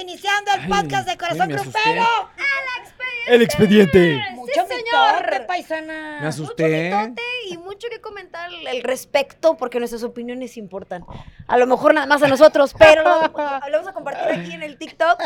iniciando el Ay, podcast de Corazón me asusté. Cruzpero. El expediente. Mucho Este señor. mitote, paisana. Me asusté. Mucho mitote y mucho que comentar al- al respecto porque nuestras opiniones importan. A lo mejor nada más a nosotros, pero lo, lo vamos a compartir aquí en el TikTok.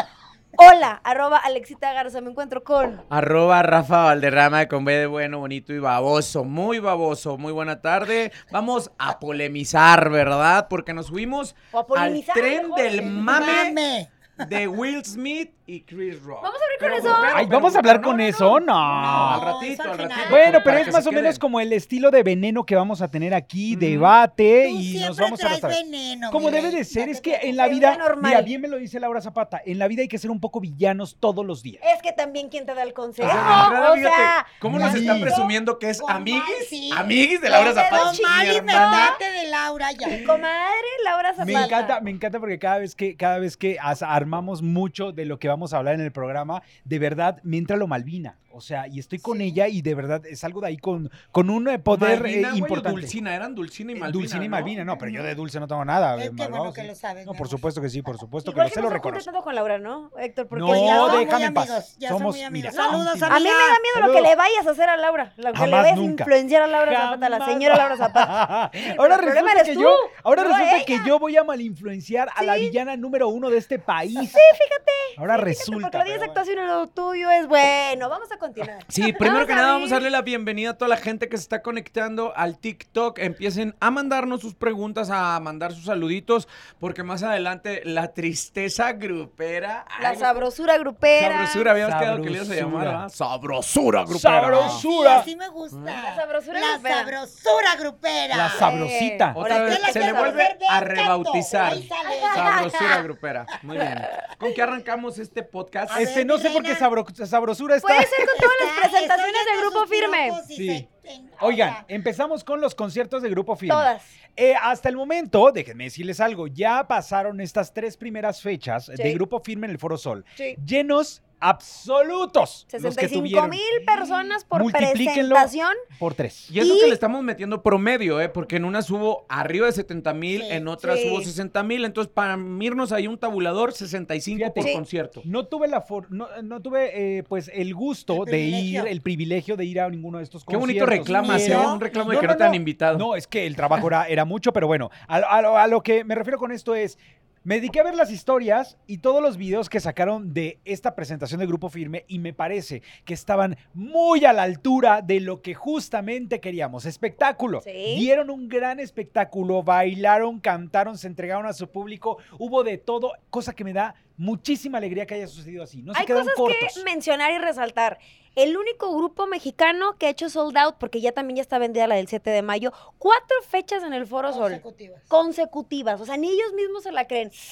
Hola, arroba Alexita Garza. Me encuentro con. Arroba Rafa Valderrama con B de bueno, bonito y baboso. Muy baboso. Muy buena tarde. Vamos a polemizar, ¿verdad? Porque nos subimos O a al polinizar, tren mejor. del mame Mame. de Will Smith y Chris Rock. Vamos a abrir con Pero- eso. pero- Ay, pero- vamos a hablar con eso, no. No, al No, ratito, eso al al ratito. final. Bueno, para pero que es se más o menos queden. como el estilo de veneno que vamos a tener aquí, Ujú. debate Tú y nos siempre vamos a traes arrastrar. veneno, Como mi debe rey. de ser, Ya es te que veo. en la es vida, normal. mira, bien me lo dice Laura Zapata, en la vida hay que ser un poco villanos todos los días. Es que también quien te da el consejo. O sea, de entrada, o fíjate, sea, ¿Cómo nos sí. están presumiendo que es Con mal, amiguis? sí. Amiguis de Laura Con dedos Zapata. Con mal Mi y hermana. verdad de Laura ya. comadre Laura Zapata. Me encanta, me encanta porque cada vez que, cada vez que as- armamos mucho de lo que vamos a hablar en el programa, de verdad me entra lo Malvina. O sea, y estoy con ella y de verdad salgo de ahí con, con un eh, poder eh, Malvina, güey, o importante. Dulcina, eran Dulcina y Eh, Malvina. Dulcina y ¿no? Malvina, no, pero yo de dulce no tengo nada. Eh, de qué bueno malvado, que sí. lo sabes, No, mi por amor. supuesto que sí, por supuesto que Igual lo que sé, no lo se junte reconozco. tanto con Laura, ¿no, Héctor? Porque No, pues Ya son muy déjame en paz. amigos, Ya Somos- son muy amigos. mira, Saludos, no, A mí me amiga. da miedo lo que Saludos. le vayas a hacer a Laura. Lo que le Jamás, vayas a nunca. influenciar a Laura Zapata, la Jamás. señora Laura Zapata. ahora el problema resulta eres que tú, yo, ahora no resulta ella. que yo voy a malinfluenciar a la villana número uno de este país. Sí, fíjate. Ahora resulta. Porque lo digas pero bueno. actuación a lo tuyo es bueno. Vamos a continuar. Sí, primero Vamos que a nada abrir. vamos a darle la bienvenida a toda la gente que se está conectando al TikTok. Empiecen a mandarnos sus preguntas, a mandar sus saluditos, porque más adelante la tristeza grupera. La algo- sabrosura grupera. Sabrosura, habíamos quedado que le ibas a Sabrosura. llamar, ¿verdad? Sabrosura grupera. Sabrosura. Sí, así me gusta. La sabrosura La grupera. sabrosura grupera. La sabrosita. Eh, Otra Ahora, vez ¿qué se la le quieres vuelve hacer? Ven, a canto. rebautizar. Ahí sale. Sabrosura grupera. Muy bien. ¿Con qué arrancamos este podcast? A Este, ver, no mi sé por qué reina. sabro- sabrosura está. Puede ser con todas las Está- presentaciones está del grupo sus firme. piropos y Sí. se- en- Oigan, eh, ahora, empezamos con los conciertos de Grupo Firme. Todas. Eh, hasta el momento, déjenme decirles algo, ya pasaron estas tres primeras fechas de Grupo Firme en el Foro Sol. Sí. Llenos absolutos. los que 65 tuvieron mil personas por Multiplíquenlo. presentación. por tres. Y eso que Y- le estamos metiendo promedio, ¿eh? Porque en unas hubo arriba de 70 mil, Sí, en otras sí. hubo 60 mil. Entonces, para mirnos ahí un tabulador, 65 por Fíjate. Sí. concierto. No tuve la for- no, no tuve eh, pues el gusto El de privilegio. ir, el privilegio de ir a ninguno de estos Qué conciertos. bonito reclama, Ni ¿eh? yo. Un reclamo de No, que no, no, te han no. invitado. No, es que el trabajo era, era mucho, pero bueno, a, lo- a lo- a lo que me refiero con esto es, me dediqué a ver las historias y todos los videos que sacaron de esta presentación de Grupo Firme y me parece que estaban muy a la altura de lo que justamente queríamos, espectáculo. Sí. Dieron un gran espectáculo, bailaron, cantaron, se entregaron a su público, hubo de todo, cosa que me da muchísima alegría que haya sucedido así. No se Hay quedaron cosas cortos. que mencionar y resaltar. El único grupo mexicano que ha hecho sold out, porque ya también ya está vendida la del 7 de mayo, cuatro fechas en el Foro Sol consecutivas. consecutivas, o sea, ni ellos mismos se la creen. Es,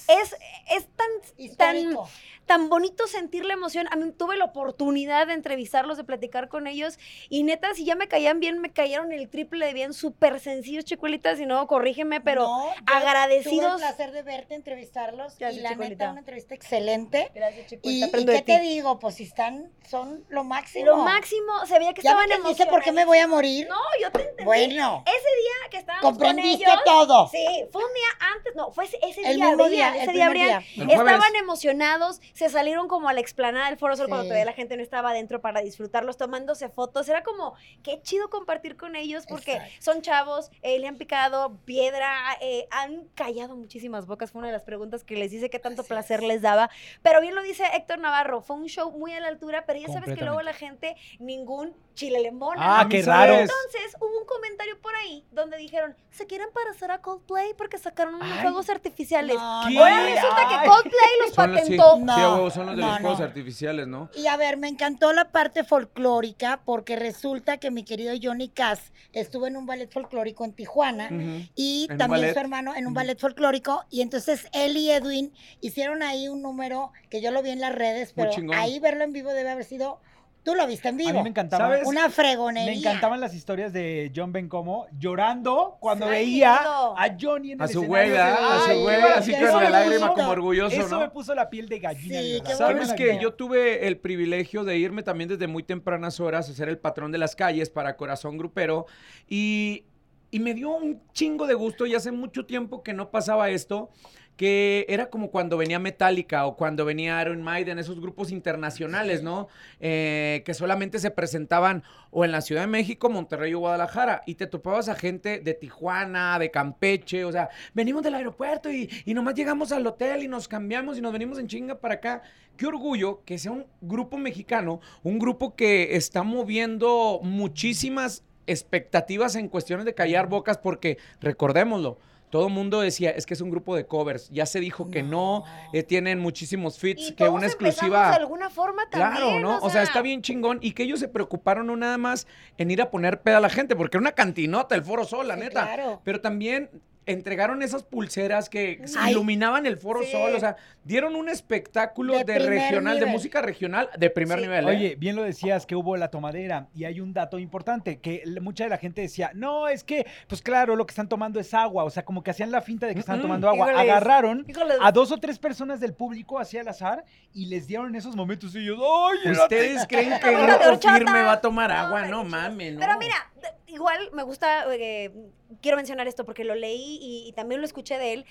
es tan, tan, Histórico. tan bonito sentir la emoción. A mí tuve la oportunidad de entrevistarlos, de platicar con ellos. Y neta, si ya me caían bien, me cayeron el triple de bien. Súper sencillos, chicuelitas. Y no, corrígeme, pero No, yo Tuve el agradecidos. placer de verte, entrevistarlos. Ya y sé, la chicuelita. neta, una entrevista excelente. Gracias, Y, chicuelita. y Pues Aprendo qué de te ti. digo, pues si están, son lo máximo. Lo máximo, se veía que ¿Ya estaban me entendiste por qué me emocionados. voy a morir? No, yo te entendí. bueno, Ese día que estábamos comprendiste con ellos. todo. Sí, fue un día antes, no, fue ese, ese El día, mismo abrían, día, ese el día primer abrían. día. El Estaban jueves. emocionados, se salieron como a la explanada del Foro Sol cuando Sí. todavía la gente no estaba adentro para disfrutarlos, tomándose fotos. Era como, qué chido compartir con ellos porque Exacto. son chavos, eh, le han picado piedra, eh, han callado muchísimas bocas. Fue una de las preguntas que les hice qué tanto Así placer es. les daba. Pero bien lo dice Héctor Navarro, fue un show muy a la altura, pero ya sabes que luego la gente, ningún chile le embona, Ah, ¿no? qué ¿sabes? raro. Entonces hubo un comentario por ahí donde dijeron, se quieren parecer a Coldplay porque sacaron unos Ay. fuegos artificiales. No, ¿Qué? no, Ahora no, no. resulta que Ay. Coldplay los Son los, sí, patentó. sí, No, a huevo, son los de no, los fuegos no. artificiales, ¿no? Y a ver, me encantó la parte folclórica porque resulta que mi querido Johnny Cass estuvo en un ballet folclórico en Tijuana Ujú. y ¿En un también ballet? su hermano en un Ujú. ballet folclórico y entonces él y Edwin hicieron ahí un número que yo lo vi en las redes, Muy pero chingón. ahí verlo en vivo debe haber sido, tú lo viste en A vivo, mí me encantaba. ¿Sabes? una fregonería. Me encantaban las historias de John Bencomo llorando cuando Ay, veía no. a Johnny en el A su escenario. güey, ¿verdad? a Ay, su qué güey, maravilla. así qué con la bonito. lágrima como orgulloso, Eso ¿no? me puso la piel de gallina. Sí, de verdad. qué ¿Sabes Qué que maravilla. Yo tuve el privilegio de irme también desde muy tempranas horas a ser el patrón de las calles para Corazón Grupero y, y me dio un chingo de gusto y hace mucho tiempo que no pasaba esto, que era como cuando venía Metallica o cuando venía Iron Maiden, esos grupos internacionales, ¿no? Eh, que solamente se presentaban o en la Ciudad de México, Monterrey o Guadalajara, y te topabas a gente de Tijuana, de Campeche, o sea, venimos del aeropuerto y, y nomás llegamos al hotel y nos cambiamos y nos venimos en chinga para acá. Qué orgullo que sea un grupo mexicano, un grupo que está moviendo muchísimas expectativas en cuestiones de callar bocas, porque recordémoslo, todo el mundo decía, es que es un grupo de covers, ya se dijo que no, eh, tienen muchísimos fits, Y que todos una empezamos exclusiva... De alguna forma también. Claro, ¿no? O sea, está bien chingón. Y que ellos se preocuparon no nada más en ir a poner peda a la gente, porque era una cantinota el Foro Sol, la Sí, neta. claro. Pero también entregaron esas pulseras que se Ay. iluminaban el Foro Sí. Sol. O sea, dieron un espectáculo De de, primer regional, de nivel. música regional de primer Sí. nivel. ¿eh? Oye, bien lo decías que hubo la tomadera y hay un dato importante que l- mucha de la gente decía, no, es que, pues claro, lo que están tomando es agua, o sea, como que hacían la finta de que están Mm, tomando agua. híjoles. Agarraron Híjole, Ah, a dos o tres personas del público así al azar y les dieron esos momentos y ellos, ¡ay! el ¿Ustedes creen que el Una de grupo horchata. firme va a tomar agua? Ay, No chicos. mames, no. Pero mira, d- igual me gusta, eh, quiero mencionar esto porque lo leí y, y también lo escuché de él,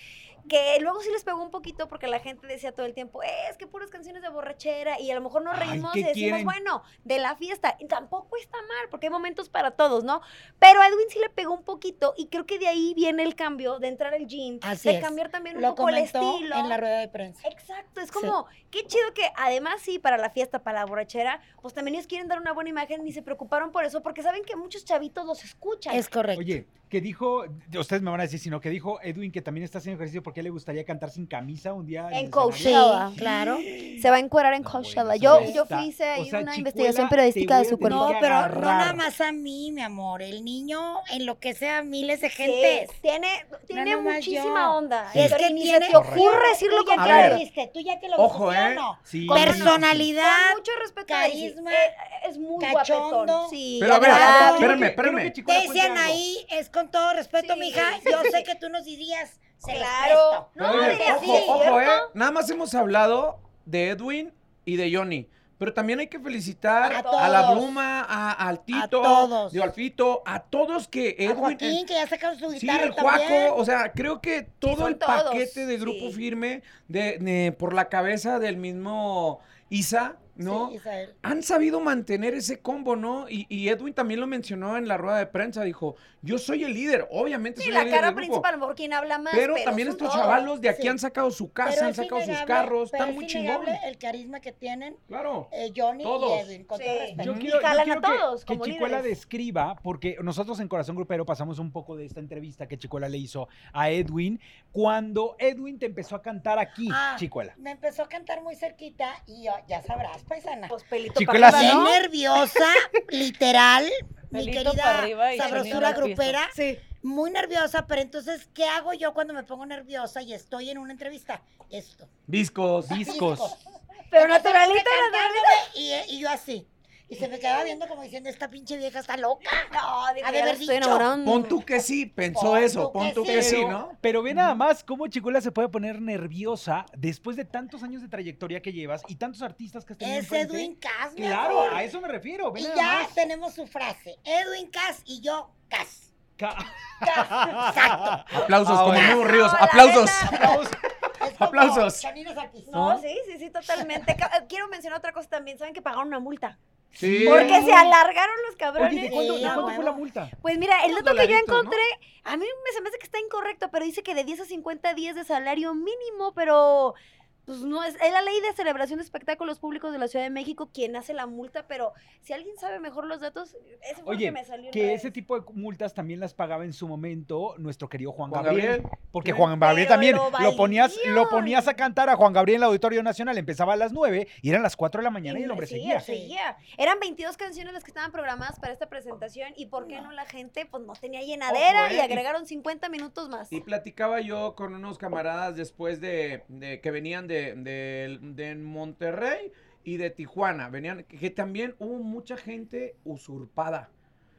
que luego sí les pegó un poquito porque la gente decía todo el tiempo, "Eh, es que puras canciones de borrachera y a lo mejor nos Ay, reímos ¿qué y decimos, quieren? bueno, de la fiesta. Y tampoco está mal porque hay momentos para todos, ¿no? Pero a Edwin sí le pegó un poquito y creo que de ahí viene el cambio de entrar al gym, Así de es. cambiar también un Lo poco el comentó estilo. en la rueda de prensa. Exacto, es como, qué chido que además sí, para la fiesta, para la borrachera, pues también ellos quieren dar una buena imagen y se preocuparon por eso, porque saben que muchos chavitos los escuchan. Es correcto. Oye, que dijo, ustedes me van a decir, sino que dijo Edwin que también está haciendo ejercicio porque a él le gustaría cantar sin camisa un día. En el Coachella. sí, escenario. Chava. claro. Se va a encuerar en Ah, No, Coachella. bueno, Yo, eso yo está. fui, hice O ahí sea, una Chicuela, investigación te periodística de voy a su tener cuerpo. No, que pero no agarrar. nada más a mí, mi amor. El niño enloquece a miles de Sí, gente. tiene tiene nomás muchísima yo. onda. Es Pero que ni tiene- se te ocurre Correcto. decir lo Tú ya A que lo ver. contrario. viste, tú ya que lo Ojo, viste, ¿sí o ¿eh? no? Sí. ¿Cómo no? Personalidad, Con mucho respeto, carisma, Edwin. Eh, es muy cachondo. guapetón. Sí, Pero a ver, agradable. espérame, Creo que- espérame. creo que Chicuela Te cuenta decían algo. ahí, es con todo respeto, Sí. mija. Yo sé que tú nos dirías, se Claro. claro. No, Oye, de así, ojo, ojo, ¿eh? ¿cierto? Nada más hemos hablado de Edwin y de Johnny. Pero también hay que felicitar A a, la todos. Bruma, a, al Tito, todos. digo, al Fito, a todos que A Edwin. Joaquín, que ya sacaron su el- sí, guitarra el también. Juaco, o sea, creo que todo son el todos, paquete de grupo sí. firme, de, de- por la cabeza del mismo Isa, ¿no? Sí, Isabel. han sabido mantener ese combo, ¿no? Y, y Edwin también lo mencionó en la rueda de prensa, dijo, yo soy el líder, obviamente Sí, soy la el líder cara del grupo, principal, a lo mejor quien habla Pues, más. Pero, también son estos todos. chavalos de aquí sí. han sacado su casa, Pero han es sacado sus innegable- carros, pero están es muy innegable chingones. El carisma que tienen Claro. eh, Johnny Todos. y Edwin, con Sí. todo respeto. Yo Ujú. quiero, Y yo jalan a quiero que- todos que, como Chicuela líderes. describa, porque nosotros en Corazón Grupero pasamos un poco de esta entrevista que Chicuela le hizo a Edwin, cuando Edwin te empezó a cantar aquí, Ah, Chicuela. Me empezó a cantar muy cerquita y yo- ya sabrás, paisana. Pues pelito Chicuela, para Bien arriba, ¿no? nerviosa, literal, mi Pelito querida para arriba y sonido sabrosura al piso. grupera, Sí. muy nerviosa, pero entonces, ¿qué hago yo cuando me pongo nerviosa y estoy en una entrevista? Esto. Discos. Discos. Pero naturalita, naturalita. Cantándome Y, y yo así. Y se me quedaba viendo como diciendo, esta pinche vieja está loca. No, digo, Ha de ya haber la dicho. estoy enamorando. Pon tú que sí, pensó Mm. Pon tú eso, pon que tú sí. que sí, Pero- ¿no? Pero ve nada más cómo Chicuela se puede poner nerviosa después de tantos años de trayectoria que llevas y tantos artistas que has tenido Es enfrente. Edwin Cass, mi Claro, amor. a eso me refiero. Ve Y nada ya más. tenemos su frase. Edwin Cass y yo Cass. Ca- Exacto. Aplausos, Ah, como bueno. muy ríos, No, la aplausos. Es como Aplausos. Chanina Zapis. No, sí, sí, sí, totalmente. Ca- eh, Quiero mencionar otra cosa también. ¿Saben que pagaron una multa? Sí. Porque se alargaron los cabrones. Oye, ¿de cuánto, de Sí, a cuánto fue la huevo. multa? Pues mira, el Unos dato que yo dolaritos, ¿no? encontré, a mí me se me hace que está incorrecto, pero dice que de 10 a 50 días de salario mínimo, pero pues no es, es la ley de celebración de espectáculos públicos de la Ciudad de México quien hace la multa, pero si alguien sabe mejor los datos, ese fue el Oye, que me salió. en Que redes. ese tipo de multas también las pagaba en su momento nuestro querido Juan, Juan Gabriel. Gabriel. Porque Sí. Juan Gabriel Pero también lo lo, ponías, lo valían. ponías a cantar a Juan Gabriel en el Auditorio Nacional, empezaba a las 9 y eran las 4 de la mañana y Y el hombre sí, seguía. él seguía. Eran 22 canciones las que estaban programadas para esta presentación y por qué no la gente pues no tenía llenadera Ojo, ¿eh? y agregaron 50 minutos más. Y platicaba yo con unos camaradas después de, de que venían de, de- de Monterrey y de Tijuana. Venían, que también hubo mucha gente usurpada.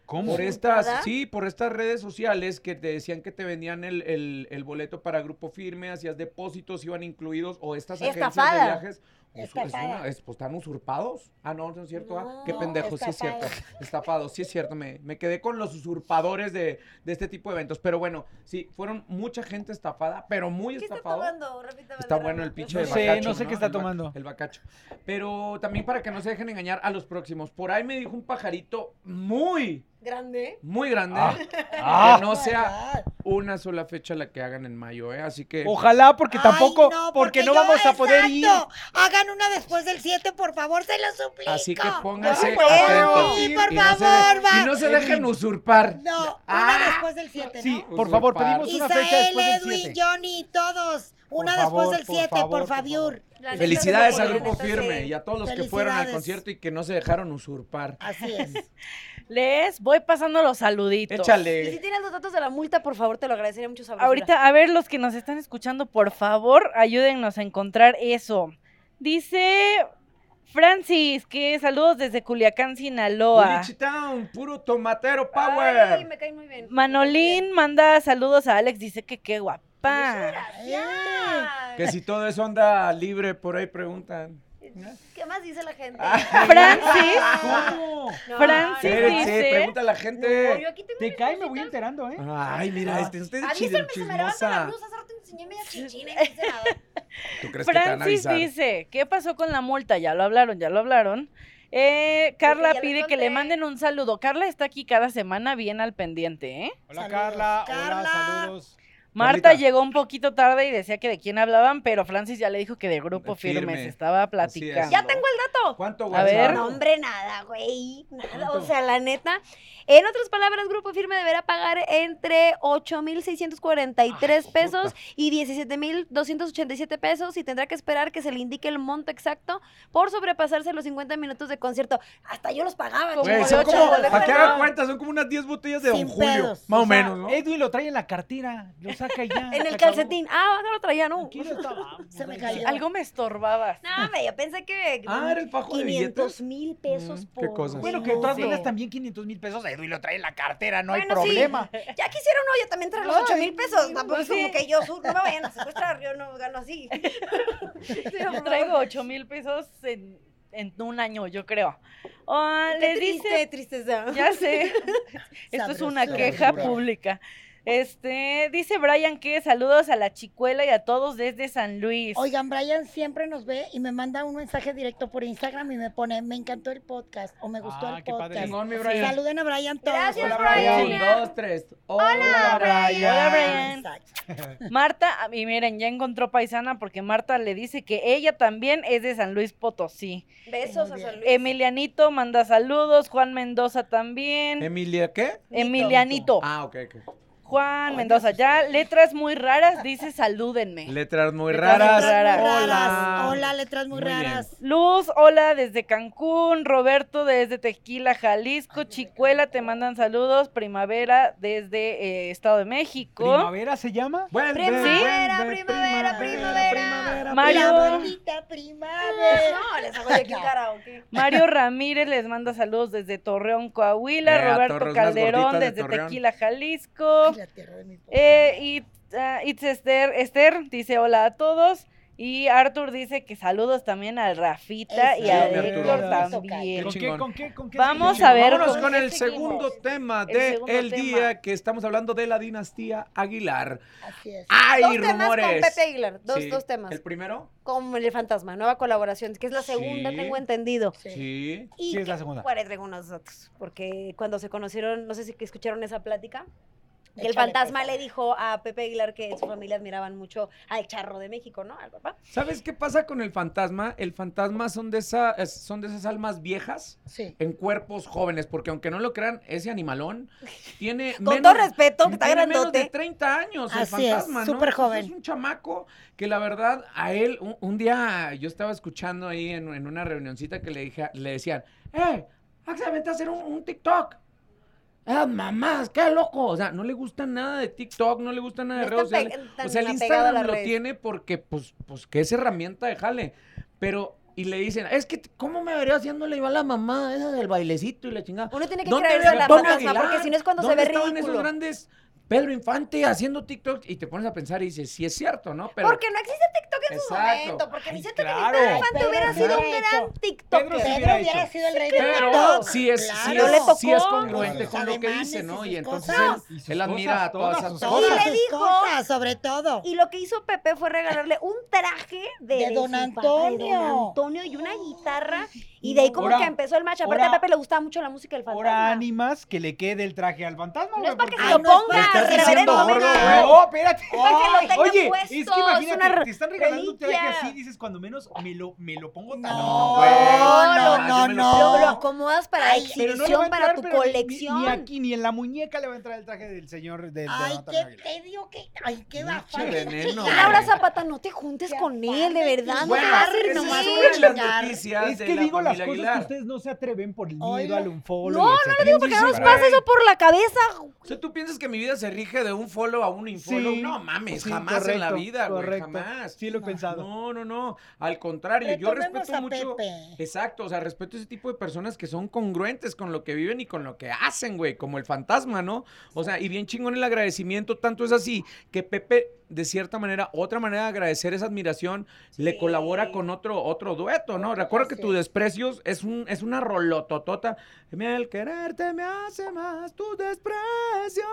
¿Cómo? Por es- estas, ¿Usurpada? sí, por estas redes sociales que te decían que te vendían el, el- el boleto para grupo firme, hacías depósitos, iban incluidos, o estas agencias de Estafada. viajes. Es- es Escapada. una- es- pues, ¿Están usurpados? Ah, no, no es cierto. ah, qué No, pendejo, sí es cierto. Estafados, sí es cierto. Me, me quedé con los usurpadores de, de este tipo de eventos. Pero bueno, sí, fueron mucha gente estafada, pero muy ¿Qué está estafado. tomando? Repita, Está Valderrama. Pues, bueno el pinche No de sé, bacacho, no sé qué está El ba- tomando. El bacacho. Pero también para que no se dejen engañar a los próximos. Por ahí me dijo un pajarito muy, Grande. muy grande. Ah, que no sea una sola fecha la que hagan en mayo, ¿eh? Así que. Ojalá, porque Ay, tampoco, porque, no yo- vamos a poder ir. exacto. Hagan una después del 7, por favor, se lo suplico. Así que pónganse No se puede. atentos. Sí, por y no se de- favor, va. y no se dejen usurpar. No, una Ah. después del 7, Sí, ¿no? ¿no? por favor, Usurpar. pedimos una fecha Isael, después del Edwin, 7. Johnny, todos. Por Una favor, después del por 7, por, favor, por favor. La neta, Felicidades sí, al la grupo neta, sí. firme y a todos los que fueron al Felicidades. concierto y que no se dejaron usurpar. Así es. Les voy pasando los saluditos. Y si Échale. tienes los datos de la multa, por favor, te lo agradecería mucho saber. Ahorita, a ver, los que nos están escuchando, por favor, ayúdennos a encontrar eso. Dice Francis, que saludos desde Culiacán, Sinaloa. Culichi Town, puro tomatero Ay, power. me cae muy bien. Manolín ah. manda saludos a Alex, dice que qué guapa. Eh, Que si todo es onda libre, por ahí preguntan. ¿Qué más dice la gente? Ah. Francis, ¿Cómo? No, Francis Sí, sí, dice- pregunta a la No, yo gente. aquí tengo Te mis cae, me voy cositas. enterando, ¿eh? Ay, mira, este, usted es A mí se chis- me, se me levanta la chismosa. luz, hace rato enseñé media chichina y no hice nada. ¿Tú crees que te van a Francis avisar? dice, ¿qué pasó con la multa? Ya lo hablaron, ya lo hablaron. Eh, Carla ya lo pide que le encontré. manden un saludo. Carla está aquí cada semana bien al pendiente, ¿eh? Hola, Saludos, Carla. Hola, Carla. saludos. Marta Carlita. llegó un poquito tarde y decía que de quién hablaban, pero Francis ya le dijo que de grupo De firme, Firme. se estaba Así es. platicando. Ya tengo el dato. ¿Cuánto A ver. WhatsApp? No, hombre, nada, güey. Nada. O ¿Cuánto? sea, la neta. En otras palabras, Grupo Firme deberá pagar entre 8,643 Ay, pesos puta. y 17,287 pesos y tendrá que esperar que se le indique el monto exacto por sobrepasarse los 50 minutos de concierto. Hasta yo los pagaba, Güey, Güey, chingos, son ocho como, boletos, para que ¿no? hagan cuenta, son como unas 10 botellas de Don Sin Julio. pedos. Más o O sea, menos, ¿no? Edwin lo trae en la cartera, lo saca y ya. En se el acabó. calcetín. Ah, no lo traía, no. Aquí lo estábamos, Se me ahí cayó. está. Algo me estorbabas. No, güey, yo pensé que. Ah, era el fajo de 500 billetes. mil pesos Mm, por. qué cosas. Bueno, que de todas Sí. maneras también 500 mil pesos, Edwin lo trae en la cartera, no hay Bueno, sí. problema. Ya quisiera uno, yo también traigo los No, 8 mil pesos. sí, Tampoco es sí. como que yo sur- no me vayan a secuestrar, yo no gano así. Ah, Yo traigo 8 mil pesos en, en un año, yo creo. Ah, Qué les triste, dice, tristeza. ya sé, esto es una Sabrosura. queja pública. Este, dice Brian que saludos a la chicuela y a todos desde San Luis. Oigan, Brian siempre nos ve y me manda un mensaje directo por Instagram y me pone, me encantó el podcast o me gustó Ah, el qué padre. podcast. Chingón, mi Brian. Saluden a Brian todos. Gracias, por Hola, favor. Brian. Brian. Un, dos, tres. Hola, Brian. Hola, Brian. Exacto. Marta, y miren, ya encontró paisana porque Marta le dice que ella también es de San Luis Potosí. Besos a Muy San Luis. Emilianito manda saludos, Juan Mendoza también. Emilia, ¿qué? Emilianito. Ah, ok, ok. Juan Mendoza, ya letras muy raras, dice salúdenme. Letras muy Letras raras. Letras muy Hola. raras. Hola, letras muy, Muy bien. raras. Luz, hola desde Cancún, Roberto desde Tequila, Jalisco, Chicuela te mandan saludos, Primavera desde eh, Estado de México, ¿Primavera se llama? Vuelve, Primavera, vuelve, primavera, primavera. Mario. La bonita primavera. No, les hago yo aquí un karaoke. Mario Ramírez les manda saludos desde Torreón, Coahuila, Vea, Roberto Torres, las Calderón gorditas de desde Torreón. Tequila, Jalisco, Ay, la tierra de mi pobre. Eh, y ah, it's Esther, Esther dice hola a todos. Y Arthur dice que saludos también al Rafita y Eso. a Sí, mi Arturo. Héctor Gracias. también. ¿Con qué, chingón. con qué, con qué? Vamos seguimos? a ver Vámonos con con qué el seguimos. segundo tema El del segundo día tema. que estamos hablando de la dinastía Aguilar. Así es. ¡Hay dos temas rumores! con Pepe Aguilar. Dos, Sí. dos temas. ¿El primero? Con El Fantasma, nueva colaboración, que es la segunda, Sí. tengo entendido. Sí. Y Sí, es la que- segunda. Bueno, traigo unos datos, porque cuando se conocieron, no sé si que escucharon esa plática, que el Échale, fantasma pues. le dijo a Pepe Aguilar que su familia admiraban mucho al charro de México, ¿no? Al papá. ¿Sabes qué pasa con el fantasma? El fantasma son de, esa, es- son de esas almas viejas Sí. en cuerpos jóvenes, porque aunque no lo crean, ese animalón tiene Con todo respeto, que está tiene menos de grandote. 30 años el Así es, fantasma, ¿no? súper Entonces, joven. Es un chamaco que la verdad a él, un, un día yo estaba escuchando ahí en, en una reunioncita que le, dije, a- le decían, ¡Eh! Axel, vente a hacer un, un TikTok. ¡Ah, mamás! ¡Qué loco! O sea, no le gusta nada de TikTok, no le gusta nada de No redes está sociales. pe- tan O sea, el apegado a la Instagram lo red. tiene porque, pues, pues, que es herramienta de jale. Pero, y le dicen, es que, ¿cómo me vería haciéndole yo a la mamá esa del bailecito y la chingada? Uno tiene que ¿Dónde creerse a era la Don fantasma, Aguilar? porque si no es cuando se ¿Dónde ve estaban ridículo. esos grandes Pedro Infante haciendo TikTok y te pones a pensar y dices, sí es cierto, ¿no? Pero porque no existe TikTok en su Exacto. momento. Porque Ay, ni siento claro. que Pedro Infante Pedro hubiera hubiera sido un hecho. gran Pedro TikTok. sí Pedro hubiera hecho. sido el rey de pero TikTok. sí es, sí Claro. es- No le sí es tocó. congruente con lo que Alemanes dice, y ¿no? sus Y entonces cosas. él, Y sus él admira cosas, a todas todas esas sus Todas cosas. cosas. sus le dijo- cosas, sobre todo. Y lo que hizo Pepe fue regalarle un traje de, De de don su papá, de Antonio. don Antonio y una guitarra. Y de ahí como Ahora- que empezó el match. Aparte ahora- a Pepe le gustaba mucho la música del fantasma. Ahora ánimas que le quede el traje al fantasma. No güey, es para que porque- se Ay, lo no es ponga, para- Estás diciendo reverendo gordo, Mena. güey. No, espérate. Para que lo tenga Oye, puesto, es es que imagínate, una te están regalando un traje reliquia. así, dices, cuando menos me lo, me lo pongo tan. No, güey, no, no, no, yo me Lo, lo no. acomodas para Ay, Pero no exhibición, le va a para entrar, tu pero ni- ni- colección. Ni, aquí, ni en la muñeca le va a entrar el traje del señor del Ay, Don Antonio qué Aguilar. te digo que. Ay, qué Mucho afán. veneno, Claro. güey. Laura Zapata, no te juntes Qué con él, de afán de verdad. Bueno, no te va a esa hacer es nada. una de las noticias Es que digo las cosas que ustedes no se atreven por el Oiga. miedo al unfollow. No, no lo digo Porque no nos pasa eso por la cabeza. O sea, ¿tú piensas que mi vida se rige de un follow a un infollow? Sí. no mames, Sí, jamás en la correcto, vida, güey, correcto. jamás. Sí lo he pensado. No, no, no, al contrario, yo Retomemos respeto a mucho... Pepe. Exacto, o sea, respeto ese tipo de personas que son congruentes con lo que viven y con lo que hacen, güey, como el fantasma, ¿no? O sea, y bien chingón el agradecimiento, tanto es así que Pepe, de cierta manera, otra manera de agradecer esa admiración, le Sí. colabora con otro, otro dueto, ¿no? Recuerda que sí. tu desprecios es un, es una rolototota. Mira, El quererte me hace más tus desprecios.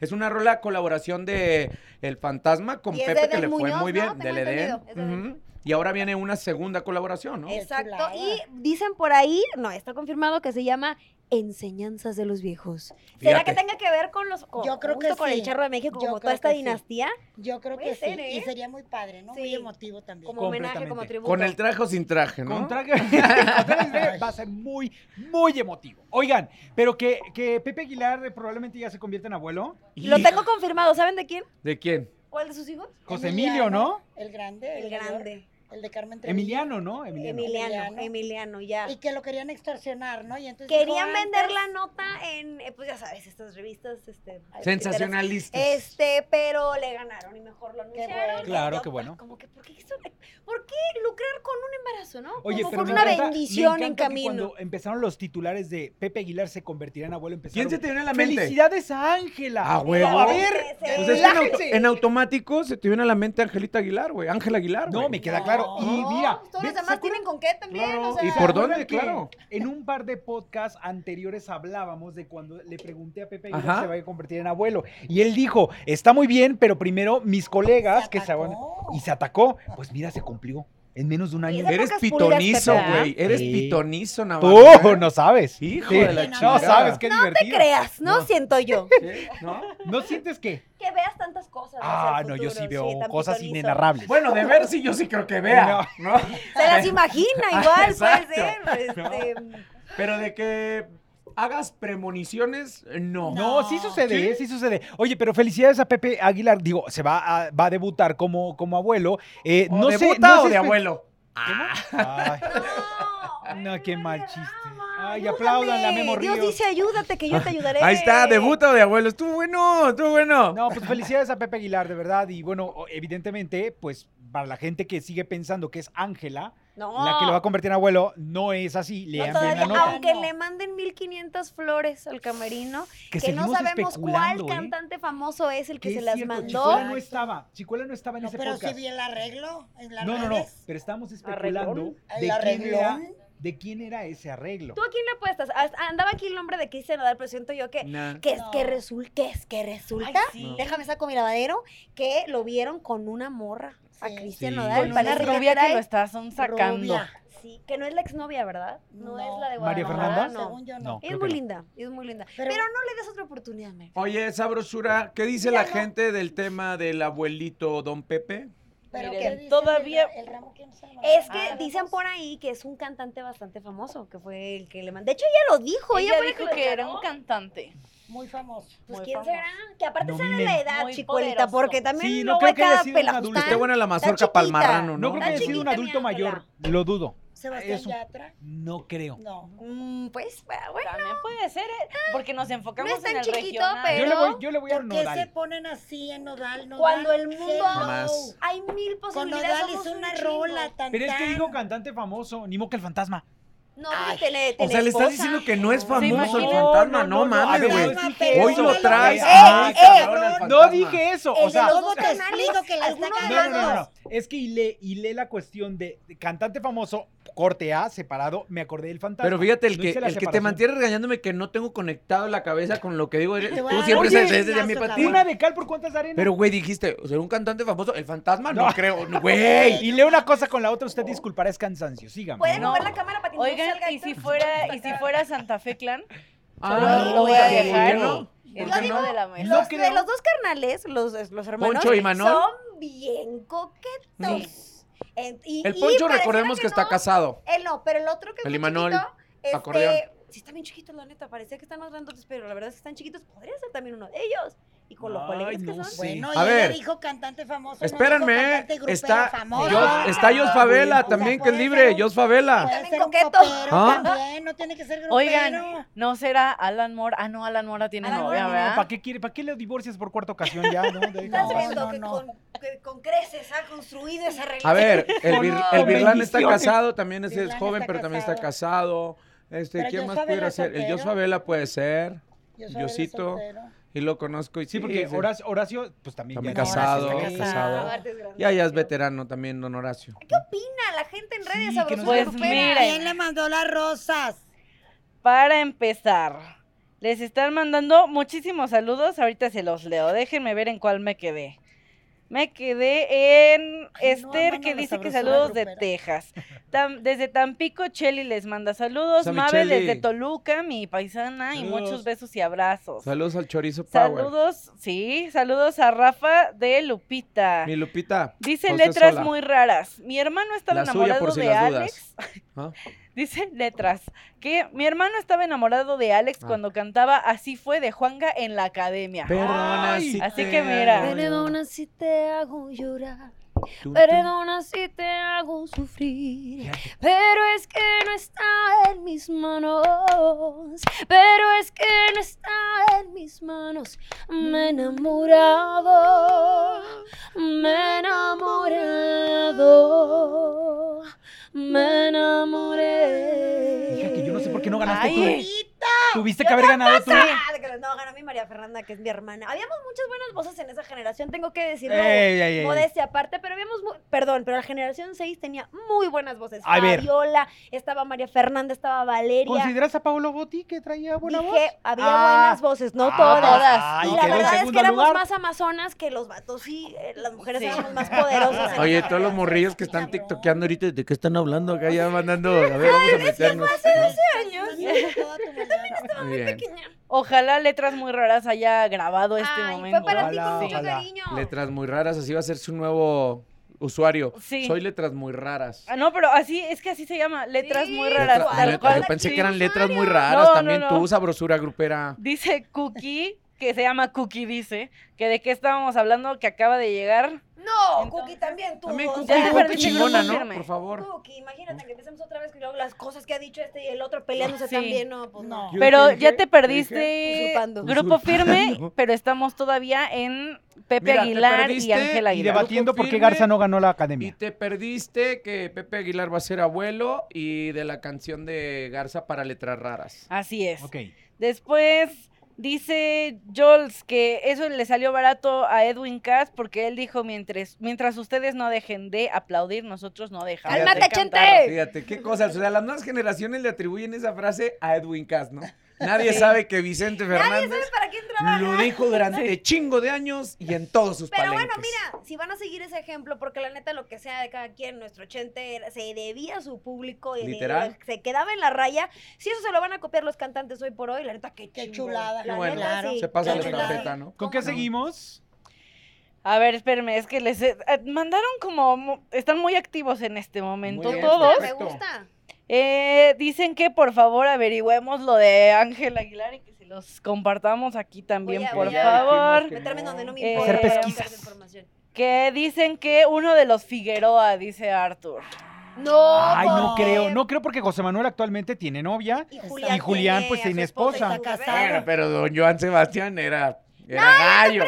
Es una rola colaboración de El Fantasma con Y es Pepe de que le Edén fue Muñoz, muy ¿no? bien, Tengo del Edén. entendido, es de Edén. Ujú. Y ahora viene una segunda colaboración, ¿no? Exacto. chulada. Y dicen por ahí, no, está confirmado que se llama Enseñanzas de los Viejos. ¿Será Fíjate. que tenga que ver con los con, Yo creo que justo con sí. el charro de México, Yo como creo toda esta que sí. dinastía? Yo creo Puede que ser, sí. ¿eh? Y sería muy padre, ¿no? Muy Sí. emotivo también. Como homenaje, como Completamente. tributo. Con el traje o sin traje, ¿no? Con traje- con traje de bebé va a ser muy, muy emotivo. Oigan, pero que, que Pepe Aguilar probablemente ya se convierta en abuelo. Lo tengo confirmado, ¿saben de quién? ¿De quién? ¿Cuál de sus hijos? José Emilio, ¿no? El grande. El de York, grande. El de Carmen Treviño. Emiliano, ¿no? Emiliano. Emiliano, Emiliano. Emiliano, ya. Y que lo querían extorsionar, ¿no? Y entonces dijo, Querían "Antes vender la nota en, eh, pues ya sabes, estas revistas, este... Sensacionalistas. Este, pero le ganaron y mejor lo Qué anunciaron. bueno. Claro, Yo, pues, qué bueno. Como que, ¿por qué, hizo- por qué lucrar con un embarazo, no? Oye, como pero con me una encanta- me bendición en encanta que camino. Cuando empezaron los titulares de Pepe Aguilar se convertirá en abuelo, empezaron. ¿Quién se te viene a la mente? Ah, ¡Felicidades a Ángela! ¡A huevo! A ver, Pues Pues es que en, auto- relájense. en automático se te viene a la mente Angelita Aguilar, güey. Ángela Aguilar. No, güey. me queda claro. Y mira, ¿ven- se Todos los demás acuerdan- tienen con qué también, Claro. o sea. ¿Y por dónde? ¿Recuerdan que Claro. En un par de podcasts anteriores hablábamos de cuando le pregunté a Pepe Aguilar Ajá. si se va a convertir en abuelo. Y él dijo, está muy bien, pero primero mis colegas se que se van. atacó". Y se atacó. Pues mira, se cumplió. En menos de un año. Esa- Eres pocas pulgas, pitonizo, Pepe, güey. Eres Sí. pitonizo, Navarro. ¿eh? Tú no sabes. Hijo Sí. de la No chingada. sabes, qué No te divertido. creas, no, No. siento yo. Sí, ¿No? ¿No sientes que? Que veas tantas cosas. o sea, Ah, al no, yo futuro, sí veo tan cosas pitonizo. inenarrables. Bueno, de ver sí, yo sí creo que vea. ¿no? Se las imagina igual, puede Exacto. ser. Este, Pero de que hagas premoniciones, no. No, sí sucede, ¿Sí? ¿eh? sí sucede. Oye, pero felicidades a Pepe Aguilar. Digo, se va a, va a debutar como, como abuelo. Eh, O no de sé, bota no o sé de espe- abuelo. Ah, Ay. No, No, ay, qué no mal te chiste. rama, Ay, ayúdame. apláudanle a Memo Dios Ríos. dice, ayúdate, que yo te ayudaré. Ahí está, debuta o de abuelo. Estuvo bueno, estuvo bueno. No, pues felicidades a Pepe Aguilar, de verdad. Y bueno, o- evidentemente, pues para la gente que sigue pensando que es Ángela, No. la que lo va a convertir en abuelo, no es así. No, Lean bien todavía, la nota. aunque No. le manden 1500 flores al camerino, Que, que no seguimos sabemos cuál especulando, ¿eh? cantante famoso es el que Que se es las cierto, mandó. Chicuela no estaba, Chicuela no estaba en No, ese pero si podcast. vi el arreglo en las no, no, no, redes. pero estamos especulando ¿El de quién, era, arreglón? de quién era ese arreglo. ¿Tú a quién le apuestas? As- Andaba aquí el nombre de Cristian Nodal, pero siento yo que Nah. que es que No. resulta, que es que resulta, sí. No. déjame saco mi lavadero, que lo vieron con una morra a Sí. Cristian Sí. Nodal, Con Una parece que rubia que trae- lo estás son sacando. Rubia. Sí, que no es la exnovia, ¿verdad? No, No. es la de ¿María Guadalajara, Fernanda? no. Según yo, No. no. Es Creo muy que no. linda, es muy linda. Pero, Pero- no le des otra oportunidad, Mary. Oye, esa brosura, ¿qué dice Mira, la no. gente del tema del abuelito Don Pepe? Pero Miren, ¿qué dicen todavía- del ra- el ramo quién se Ah, lo Es que Ah, mandó? dicen por ahí que es un cantante bastante famoso, que fue el que le mandó. De hecho, ella lo dijo. Ella, Ella fue la dijo lo que era declaró. un cantante. Muy famoso. Pues muy quién famoso. será, que aparte No, sabe miren. la edad, Muy chicuelita, poderoso. porque también Sí, no no creo ve que haya cada sido un pelajustán. adulto. Está buena la mazorca chiquita. palmarrano, ¿no? No creo que haya sido un chiquita, mi adulto mayor, Ángela. lo dudo. Sebastián Eso. Yatra. No creo. No. Mm, pues, bueno, Ah, También puede ser, ¿eh? porque nos enfocamos No es tan en el chiquito, regional. pero- Yo le voy, yo le voy a ¿Por qué se Nodal. ponen así en nodal? nodal? Cuando el mundo- Hello. Pues, Jamás. hay mil Con posibilidades. nodal es somos un una chingo. rola tan Pero es que tan. dijo cantante famoso, ni modo que el fantasma. No, Ay. porque tiene, O tiene sea, le estás esposa. diciendo que no es famoso el imaginan? fantasma. No, No, no, no, mames, a ver, güey. no dije pero Hoy no lo la- traes. ¡Eh, ah, eh! cabrón, al No fantasma. dije eso. El O sea, de no, los te canales, explico que la está algunos no, cagando. no, no. Es que hilé, hilé la cuestión de, de cantante famoso, corte A, separado, me acordé del fantasma. Pero fíjate, el No que, hice la el que te separación. mantiene regañándome que no tengo conectado la cabeza con lo que digo, eres- Te voy a tú dar siempre un sabes, ese es mi chingazo, patín. Una de cal por cuántas arenas. Pero, güey, dijiste, ser un cantante famoso, el fantasma, no, No. creo, güey. Y leo una cosa con la otra, usted disculpará, es cansancio. Sígame. Pueden No. mover la cámara para que no Oigan, salga ¿y si esto? fuera, y si fuera Santa Fe Clan? Ah, lo voy a ¿por qué dejar. no? El Yo tema digo- de la mesa. No los, de creo. los dos carnales, los, los hermanos, Poncho y Manol. son bien coquetos. En- y- El y Poncho pareciera recordemos que, está no, casado. Él no, pero el otro que El el Imanol, Imanol, chiquito, este, acordeón. sí están bien chiquitos, la neta, parecía que están más grandotes, pero la verdad es que están chiquitos, podría ser también uno de ellos. Y con lo Ay, colegas no que son. sé. Bueno, A y él ver. le dijo cantante famoso. no dijo Espérenme, eh, cantante grupero está, famoso. Jos- está Jos O Favela sea, también, que es puede libre, ser un- Jos Favela. Puede ser un Coqueto. popero ¿Ah? también, no tiene que ser grupero. Oigan, ¿no será Alan Mora? Ah, no, Alan Mora tiene Alan novia, Mora, ¿verdad? ¿Para qué, quiere, ¿Para qué le divorcias por cuarta ocasión ya? No, De- Estás No, viendo no, que, no. Con, que con creces ha construido esa relación. A ver, el, Vir- No, el Virlán está bendiciones. casado, también es, es Virlán joven, está pero también está casado. Este, Pero ¿Quién Jos más Favela pudiera es ser? El Jos soltero. Favela puede ser, soy Diosito. soltero. y lo conozco. Y Sí, porque sí. Horacio, Horacio, pues también. También ya- casado, Horacio está casado. casado. Ya, ya es veterano también, don Horacio. Ah, ¿Qué opina la gente en redes Sí, sobre que nos Pues su mira. ¿Quién le mandó las rosas? Para empezar, les están mandando muchísimos saludos. Ahorita se los leo. Déjenme ver en cuál me quedé. Me quedé en Ay, no, Esther, mano, que la dice que sabrosura saludos de grupera. Texas. Tam- desde Tampico, Cheli les manda saludos. Esa mi Mabel Cheli. desde Toluca, mi paisana, y muchos Saludos. besos y abrazos. Saludos al Chorizo Power. Saludos, sí, saludos a Rafa de Lupita. Mi Lupita. Dice José letras Sola. muy raras. Mi hermano estaba La suya, enamorado por si de las Alex. dudas. Ah. Dice letras. Que mi hermano estaba enamorado de Alex Ah. cuando cantaba Así fue de Juanga en la academia. Perdona Ay, si así te que mira. hago llorar. Perdona si te hago llorar, Tú, tú. perdona si te hago sufrir, pero es que no está en mis manos, pero es que no está en mis manos. Me he enamorado, me he enamorado, me enamoré. Hija, que yo no sé por qué no ganaste Ay. tú. Sí. Bonita. Tuviste que haber ganado tú. Ah, de que- No, ganó mi María Fernanda, que es mi hermana. Habíamos muchas buenas voces en esa generación, tengo que decirlo. Ey, ey, ey. Modestia aparte, pero habíamos, mu- perdón, pero la generación 6 tenía muy buenas voces. A ver. Fabiola, estaba María Fernanda, estaba Valeria. ¿Consideras a Paolo Botti que traía buena voz? Dije, había Ah. buenas voces, no Ah, todas. ah, y y la quedó en verdad es que segundo éramos lugar. más amazonas que los vatos, sí, eh, las mujeres Sí. éramos más poderosas. en Oye, esa todos los morrillos que están Cabrón. tiktokeando ahorita, ¿de qué están hablando? Acá ya mandando, a ver, vamos a meternos. años. Muy bien. Ojalá letras muy raras haya grabado este Ay, momento. Fue para ti Ojalá, con mucho ojalá. cariño. Letras muy raras, así va a ser su nuevo usuario. Sí. Soy letras muy raras. Ah, no, pero así, es que así se llama, letras Sí, muy raras. Letra- tal letra- cual. yo pensé Sí. que eran letras muy raras, No, también no, no. tú, sabrosura grupera. Dice Cookie, que se llama Cookie, dice, que de qué estábamos hablando, que acaba de llegar. No, Entonces- Cookie también tú. También o Cuca, ya sea, te Cuca perdiste, chingona, grupo ¿no? firme. Por favor. Cookie, imagínate que empecemos otra vez con luego las cosas que ha dicho este y el otro peleándose Sí. también, no, pues no. No. Yo Pero dije- ya te dije, perdiste usurpando. Grupo Firme, Usurpando. pero estamos todavía en Pepe Mira, te Aguilar y perdiste Ángel Y Aguilar. debatiendo por qué Confirme. Garza no ganó la Y academia. te perdiste que Pepe Aguilar va a ser abuelo y de la canción de Garza para letras raras. Así pues, es. Ok. Después dice Jols que eso le salió barato a Edwin Cass porque él dijo mientras, mientras ustedes no dejen de aplaudir, nosotros no dejamos. de ¡Cálmate, cantar". Chente! Fíjate, qué cosas. O sea, las nuevas generaciones le atribuyen esa frase a Edwin Cass, ¿no? Nadie sabe que Vicente Fernández ¿Para quién trabaja? lo dijo durante chingo de años y en todos sus Pero palenques. bueno, mira, si van a seguir ese ejemplo, porque la neta lo que sea de cada quien, nuestro chente era- se debía a su público y de- Literal. se quedaba en la raya. Si eso se lo van a copiar los cantantes hoy por hoy, la neta, qué, Qué chingón. chulada. La Y bueno, neta, sí. se pasa la Claro, claro. estafeta, ¿no? ¿Con qué seguimos? A ver, espérenme, es que les eh, mandaron como, mu- están muy activos en este momento Muy bien. todos. Me Perfecto. gusta. Eh, dicen que por favor averigüemos lo de Ángel Aguilar y que se los compartamos aquí también, Voy a- por voy a- favor. Que Meterme en no. donde no me Eh, importa. Hacer pero pesquisas. esa información. Que dicen que uno de los Figueroa, dice Arthur. No, Ay, no porque- creo. No creo porque José Manuel actualmente tiene novia. Y Exacto. Julián, Y Julián, tiene pues, a tiene su esposa y esposa. su Está bebé. casado. Bueno, pero don Joan Sebastián era, era gallo.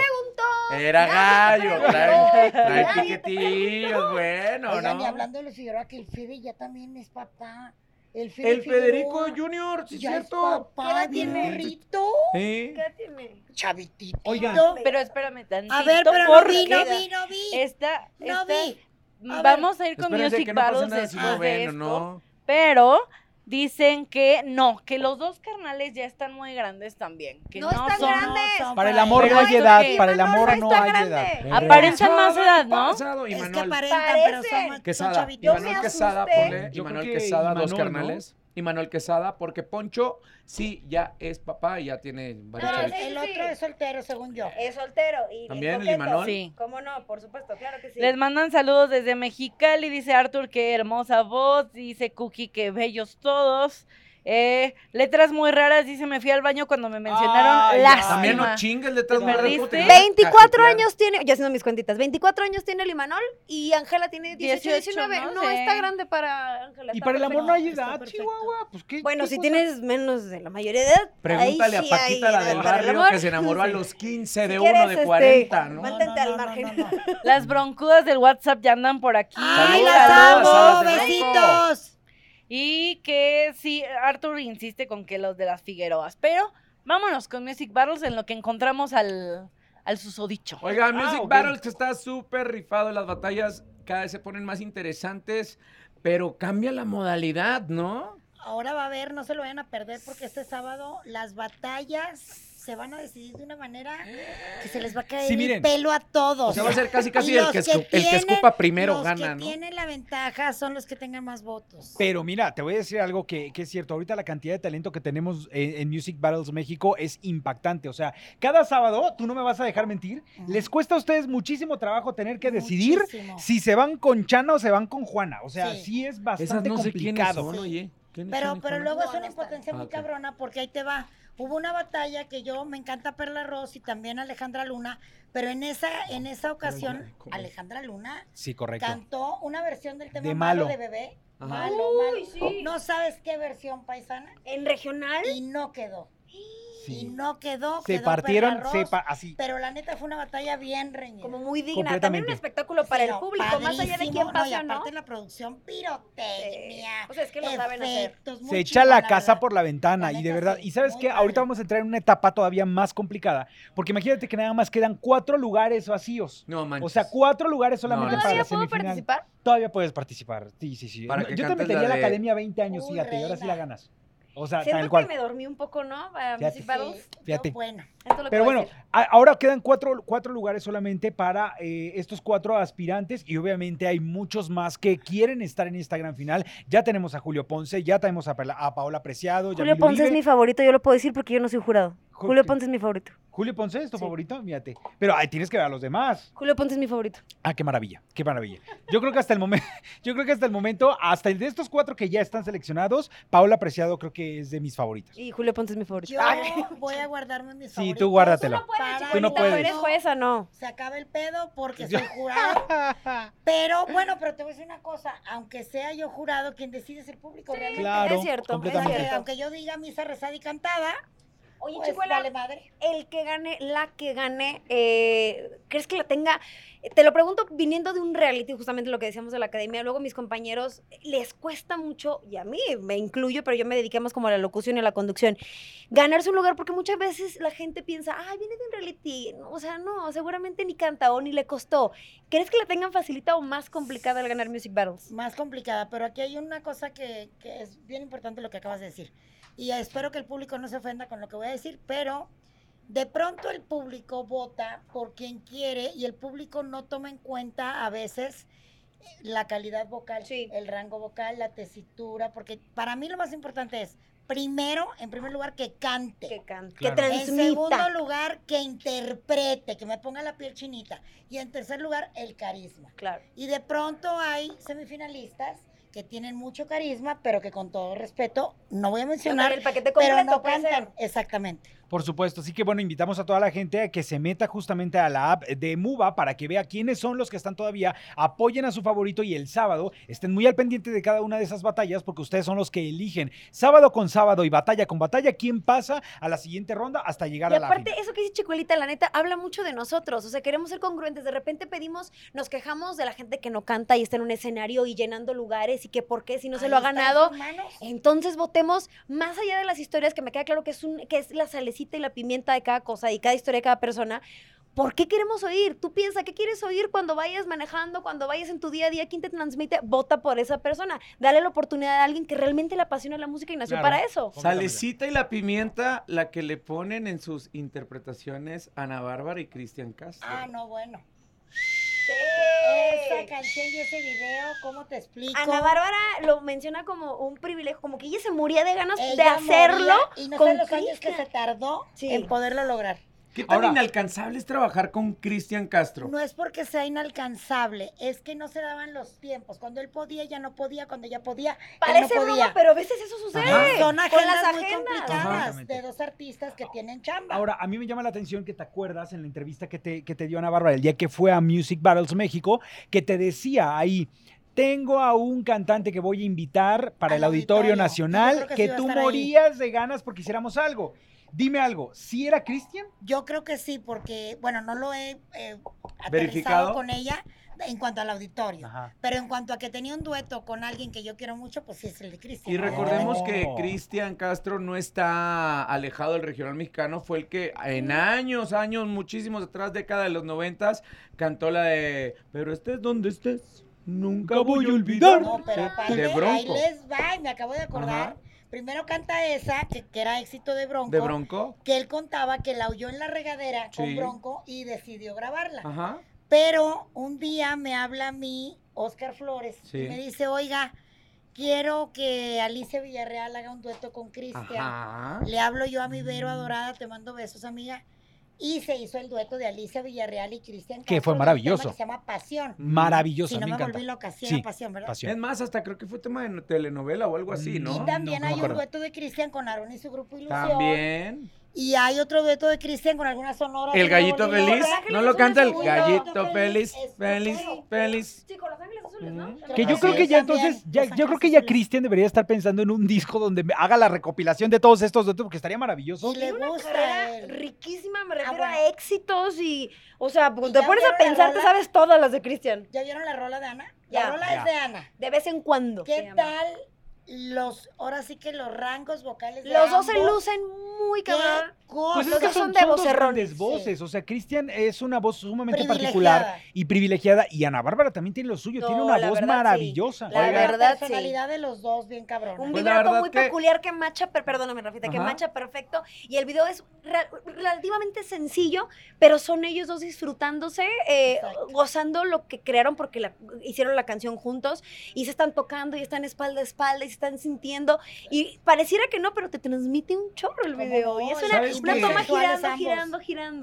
Era Nadie te gallo. preguntó. Trae, trae Nadie te piquetillos, bueno, Oigan, y ¿no? hablando de los Figueroa, que el Fede ya también es papá. El, Fili El Federico Figueroa Junior, sí, ya es cierto. papá ¿Qué edad de tiene? morrito, Sí. tiene? chavitito. Oigan. Pero espérame tantito. a ver, pero no porque vi, no vi, no vi. Esta, no esta- mm, vi. A vamos a ir con Espérense Music que no pasa Battles nada si no después de ven, esto, ¿no? Pero dicen que no, que los dos carnales ya están muy grandes también. Que No no, están son- grandes. son Para el amor Pero no hay eso edad, que- para el amor Manolo no está hay grande. Ah, edad. Aparentan más edad, ¿no? Eh, Pasado, Es que Imanol aparentan, pero son, Parecen. son Quesada. chavitos. Yo me Imanol asusté. Quesada, ponle. Yo Imanol creo que Quesada, dos Imanol, carnales. Imanol Quesada, porque Poncho sí ya es papá y ya tiene varios No, chavitos. sí. El otro es soltero, según yo. Es soltero y También el coqueto. Imanol. Sí. ¿Cómo no? Por supuesto, claro que sí. Les mandan saludos desde Mexicali, dice Arthur, qué hermosa voz, dice Cookie, qué bellos todos. Eh, letras muy raras, dice, me fui al baño cuando me mencionaron Ay, lástima. También no chingues letras Te muy raras, perdiste. ¿cómo te van a 24 cajetear? años tiene, ya haciendo mis cuentitas, 24 años tiene el Imanol y Ángela tiene 18, 18, 19. No, no sé. está grande para Ángela. Y está para el amor perfecto. no hay Está edad, perfecto. Chihuahua. Pues qué. Bueno, qué si cosa? tienes menos de la mayoría de edad, Pregúntale ahí sí a Paquita, hay la del edad para el barrio, amor. que se enamoró a los 15 de Si uno quieres, de este, 40, ¿no? mantente al margen. Las broncudas del WhatsApp ya andan por aquí. ¡Ay, Saludos, las saludos, amo! saludos, ¡Besitos! Y que sí, Arthur insiste con que los de las Figueroas. Pero vámonos con Music Battles en lo que encontramos al, al susodicho. Oigan, Music ok. Battles que está súper rifado, las batallas cada vez se ponen más interesantes, pero cambia la modalidad, ¿no? Ahora va a haber, no se lo vayan a perder porque este sábado las batallas se van a decidir de una manera que se les va a caer Sí, el miren. pelo a todos. O sea, va a ser casi casi Y el los que, escu- el que tienen- escupa primero los gana, que ¿no? tienen la ventaja son los que tengan más votos. Pero mira, te voy a decir algo que, que es cierto. Ahorita la cantidad de talento que tenemos en, en Music Battles México es impactante. O sea, cada sábado, tú no me vas a dejar mentir, les cuesta a ustedes muchísimo trabajo tener que decidir Muchísimo. si se van con Chana o se van con Juana. O sea, Sí. sí, es bastante quiénes complicado. son, oye. ¿Quiénes Pero, son, pero Juana? luego No, es una no están. impotencia muy Ah, ok. cabrona porque ahí te va. Hubo una batalla que yo me encanta Perla Ross y también Alejandra Luna, pero en esa, en esa ocasión, Ay, ¿cómo? Alejandra Luna Sí, correcto. cantó una versión del tema De malo. Malo. de bebé. Ajá. Malo, Uy, malo. sí. No sabes qué versión paisana. En regional, Y no quedó. Y Sí. no quedó. se quedó partieron, Perla se Ross, pa- así. Pero la neta fue una batalla bien reñida. como muy digna. También un Completamente. espectáculo para el Pero público, más allá de padrísimo. quién No, y pasa, ¿no? aparte la producción pirotecnia. Sí. O sea, es que lo saben hacer. efectos, muy se echa chingón, la casa verdad. por la La ventana y de neta, verdad, sí, y sabes muy qué, padre. ahorita vamos a entrar en una etapa todavía más complicada, porque imagínate que nada más quedan cuatro lugares vacíos. No, manches. O sea, cuatro lugares solamente No, no, para la ¿Todavía puedo semifinal. participar? Todavía puedes participar. Sí, sí, sí. Para No, que Yo te cantes metería la a la de- acadía 20 años, Uy, fíjate, y ahora sí reina. la ganas. O sea, Siento tal que cual. me dormí un poco, ¿no? Para Fíjate. Music Sí, Battles. no, Fíjate. bueno. Esto es lo que Pero puedo bueno, decir. a- ahora quedan cuatro, cuatro lugares solamente para eh, estos cuatro aspirantes y obviamente hay muchos más que quieren estar en esta gran final. Ya tenemos a Julio Ponce, ya tenemos a, Perla- a Paola Preciado. Julio Ponce es mi favorito, yo lo puedo decir porque yo no soy jurado. Ju- Julio Ponce es mi favorito. Julio Ponce es tu Sí. favorito, fíjate. Pero ay, tienes que ver a los demás. Julio Ponce es mi favorito. Ah, qué maravilla, qué maravilla. Yo creo que hasta el momento, yo creo que hasta el momento, hasta el de estos cuatro que ya están seleccionados, Paola Preciado creo que es de mis favoritas. Y Julio Ponce es mi favorito. Yo Ah, voy a guardarme mis Sí, favoritos. tú guárdatelo. Tú no puedes, para Tú no cuando puedes. ¿Eres juez o no? Se acaba el pedo porque Yo- soy jurado. Pero bueno, pero te voy a decir una cosa. Aunque sea yo jurado, quien decide es el público. realmente. Claro, es cierto, completamente. es Aunque, aunque cierto. yo diga misa rezada y cantada, Oye, pues Chicuela, vale madre. el que gane, la que gane, eh, ¿crees que la tenga? Eh, Te lo pregunto viniendo de un reality, justamente lo que decíamos de la academia. Luego mis compañeros eh, les cuesta mucho, y a mí me incluyo, pero yo me dediqué más como a la locución y a la conducción, ganarse un lugar porque muchas veces la gente piensa, ay, viene de un reality. O sea, no, seguramente ni canta o ni le costó. ¿Crees que la tengan facilita o más complicada al ganar Music Battles? Más complicada, pero aquí hay una cosa que, que es bien importante lo que acabas de decir. Y espero que el público no se ofenda con lo que voy a decir, pero de pronto el público vota por quien quiere y el público no toma en cuenta a veces eh, la calidad vocal, Sí. el rango vocal, la tesitura, porque para mí lo más importante es, primero, en primer lugar, que cante. Que canta, Claro. que En segundo transmita. lugar, que interprete, que me ponga la piel chinita. Y en tercer lugar, el carisma. Claro. Y de pronto hay semifinalistas que tienen mucho carisma, pero que con todo respeto, no voy a mencionar, El paquete pero completo no puede ser. cantan. Exactamente. Por supuesto, así que bueno, invitamos a toda la gente a que se meta justamente a la app de MUBA para que vea quiénes son los que están todavía, apoyen a su favorito y el sábado estén muy al pendiente de cada una de esas batallas porque ustedes son los que eligen sábado con sábado y batalla con batalla quién pasa a la siguiente ronda hasta llegar Y a la aparte, final. eso que dice Chicuelita, la neta, habla mucho de nosotros. O sea, queremos ser congruentes. De repente pedimos, nos quejamos de la gente que no canta y está en un escenario y llenando lugares y que por qué si no se lo ha ganado. Entonces votemos más allá de las historias, que me queda claro que es, un, que es la salecita y la pimienta de cada cosa y cada historia de cada persona. ¿Por qué queremos oír? Tú piensa, ¿qué quieres oír cuando vayas manejando, cuando vayas en tu día a día? ¿Quién te transmite? Vota por esa persona. Dale la oportunidad a alguien que realmente le apasiona la música y nació Claro. para eso. Salecita y la pimienta, la que le ponen en sus interpretaciones Ana Bárbara y Cristian Castro. Ah, no, bueno. ¡Sí! Esa canción y ese video, ¿cómo te explico? Ana Bárbara lo menciona como un privilegio, como que ella se moría de ganas de Ella hacerlo. moría Y no con sé los años que Cristian. se tardó Sí. en poderlo lograr. ¿Qué tan Ahora- inalcanzable es trabajar con Cristian Castro? No es porque sea inalcanzable, es que no se daban los tiempos. Cuando él podía, ya no podía, cuando ya podía, ya no Parece podía. broma, pero a veces eso sucede. Ajá. Son con agendas las muy agendas. complicadas Ajá. de dos artistas que tienen chamba. Ahora, a mí me llama la atención que te acuerdas en la entrevista que te, que te dio Ana Bárbara el día que fue a Music Battles México, que te decía ahí, tengo a un cantante que voy a invitar para Al el Auditorio auditorio. Yo Nacional, creo que que, sí va a tú estar ahí. morías de ganas porque hiciéramos algo. Dime algo, ¿si era Cristian? Yo creo que sí, porque, bueno, no lo he eh, aterrizado Verificado. con ella en cuanto al auditorio. Ajá. Pero en cuanto a que tenía un dueto con alguien que yo quiero mucho, pues sí es el de Cristian. Y recordemos que Oh. Cristian Castro no está alejado del regional mexicano, fue el que en años, años, muchísimos atrás, década de los noventas, cantó la de Pero estés donde estés, nunca voy a olvidar. No, pero aparte, de ahí Bronco. les va, y me acabo de acordar. Ajá. Primero canta esa, que, que era éxito de Bronco. ¿De Bronco? Que él contaba que la oyó en la regadera Sí. con Bronco y decidió grabarla. Ajá. Pero un día me habla a mí Oscar Flores Sí. y me dice, oiga, quiero que Alicia Villarreal haga un dueto con Cristian. Ajá. Le hablo yo a mi Vero adorada, te mando besos, amiga. Y se hizo el dueto de Alicia Villarreal y Cristian. Que Castro, fue del tema maravilloso. que se llama Pasión. Si Maravillosa, no me me, encanta. volví loca, sí, Sí. era Pasión, ¿verdad? Es Pasión. más, hasta creo que fue tema de telenovela o algo así, Mm, ¿no? Y también No, no me hay un acuerdo. dueto de Cristian con Aaron y su grupo Ilusión. También. Y hay otro dueto de Cristian con algunas sonoras. El de Nuevo gallito León. feliz. Ángeles ¿No lo Azules canta el Azules. gallito Gallito feliz? Feliz, Feliz, Estupendo. feliz. Sí, con los ángeles azules, ¿no? Ujú. Que yo Así creo que es, ya también, entonces, ya, Los yo creo que ya Ángeles Azules. Cristian debería estar pensando en un disco donde me haga la recopilación de todos estos datos porque estaría maravilloso. Y le gusta a Carrera él. riquísima, me refiero bueno. a éxitos Ah, y, o sea, pues, Y te ya pones a vieron la pensar, te rola. sabes todas las de Cristian. ¿Ya vieron la rola de Ana? Ya. La rola Ya. es de Ana. De vez en cuando. se ¿Qué llama. tal los, ahora sí que los rangos vocales de Los dos se ambos? lucen muy Qué cabrón. cosa. Pues Los es que dos son, son de son dos vocerrones, grandes sí. voces. O sea, Cristian es una voz sumamente particular Privilegiada. y privilegiada. Y Ana Bárbara también tiene lo suyo. No, tiene una la voz verdad, sí. maravillosa. La Oiga. verdad, sí. personalidad de los dos bien cabrón. Un Pues la vibrato verdad muy que- peculiar que macha, per- perdóname, Rafita, que Ajá. macha perfecto. Y el video es re- relativamente sencillo, pero son ellos dos disfrutándose, eh, Exacto. gozando lo que crearon porque la- hicieron la canción juntos y se están tocando y están espalda a espalda y se están sintiendo. Y pareciera que no, pero te transmite un chorro el ¿Cómo video. Y no? es Y una, ¿sabes una qué? toma Visuales girando, ambos. girando,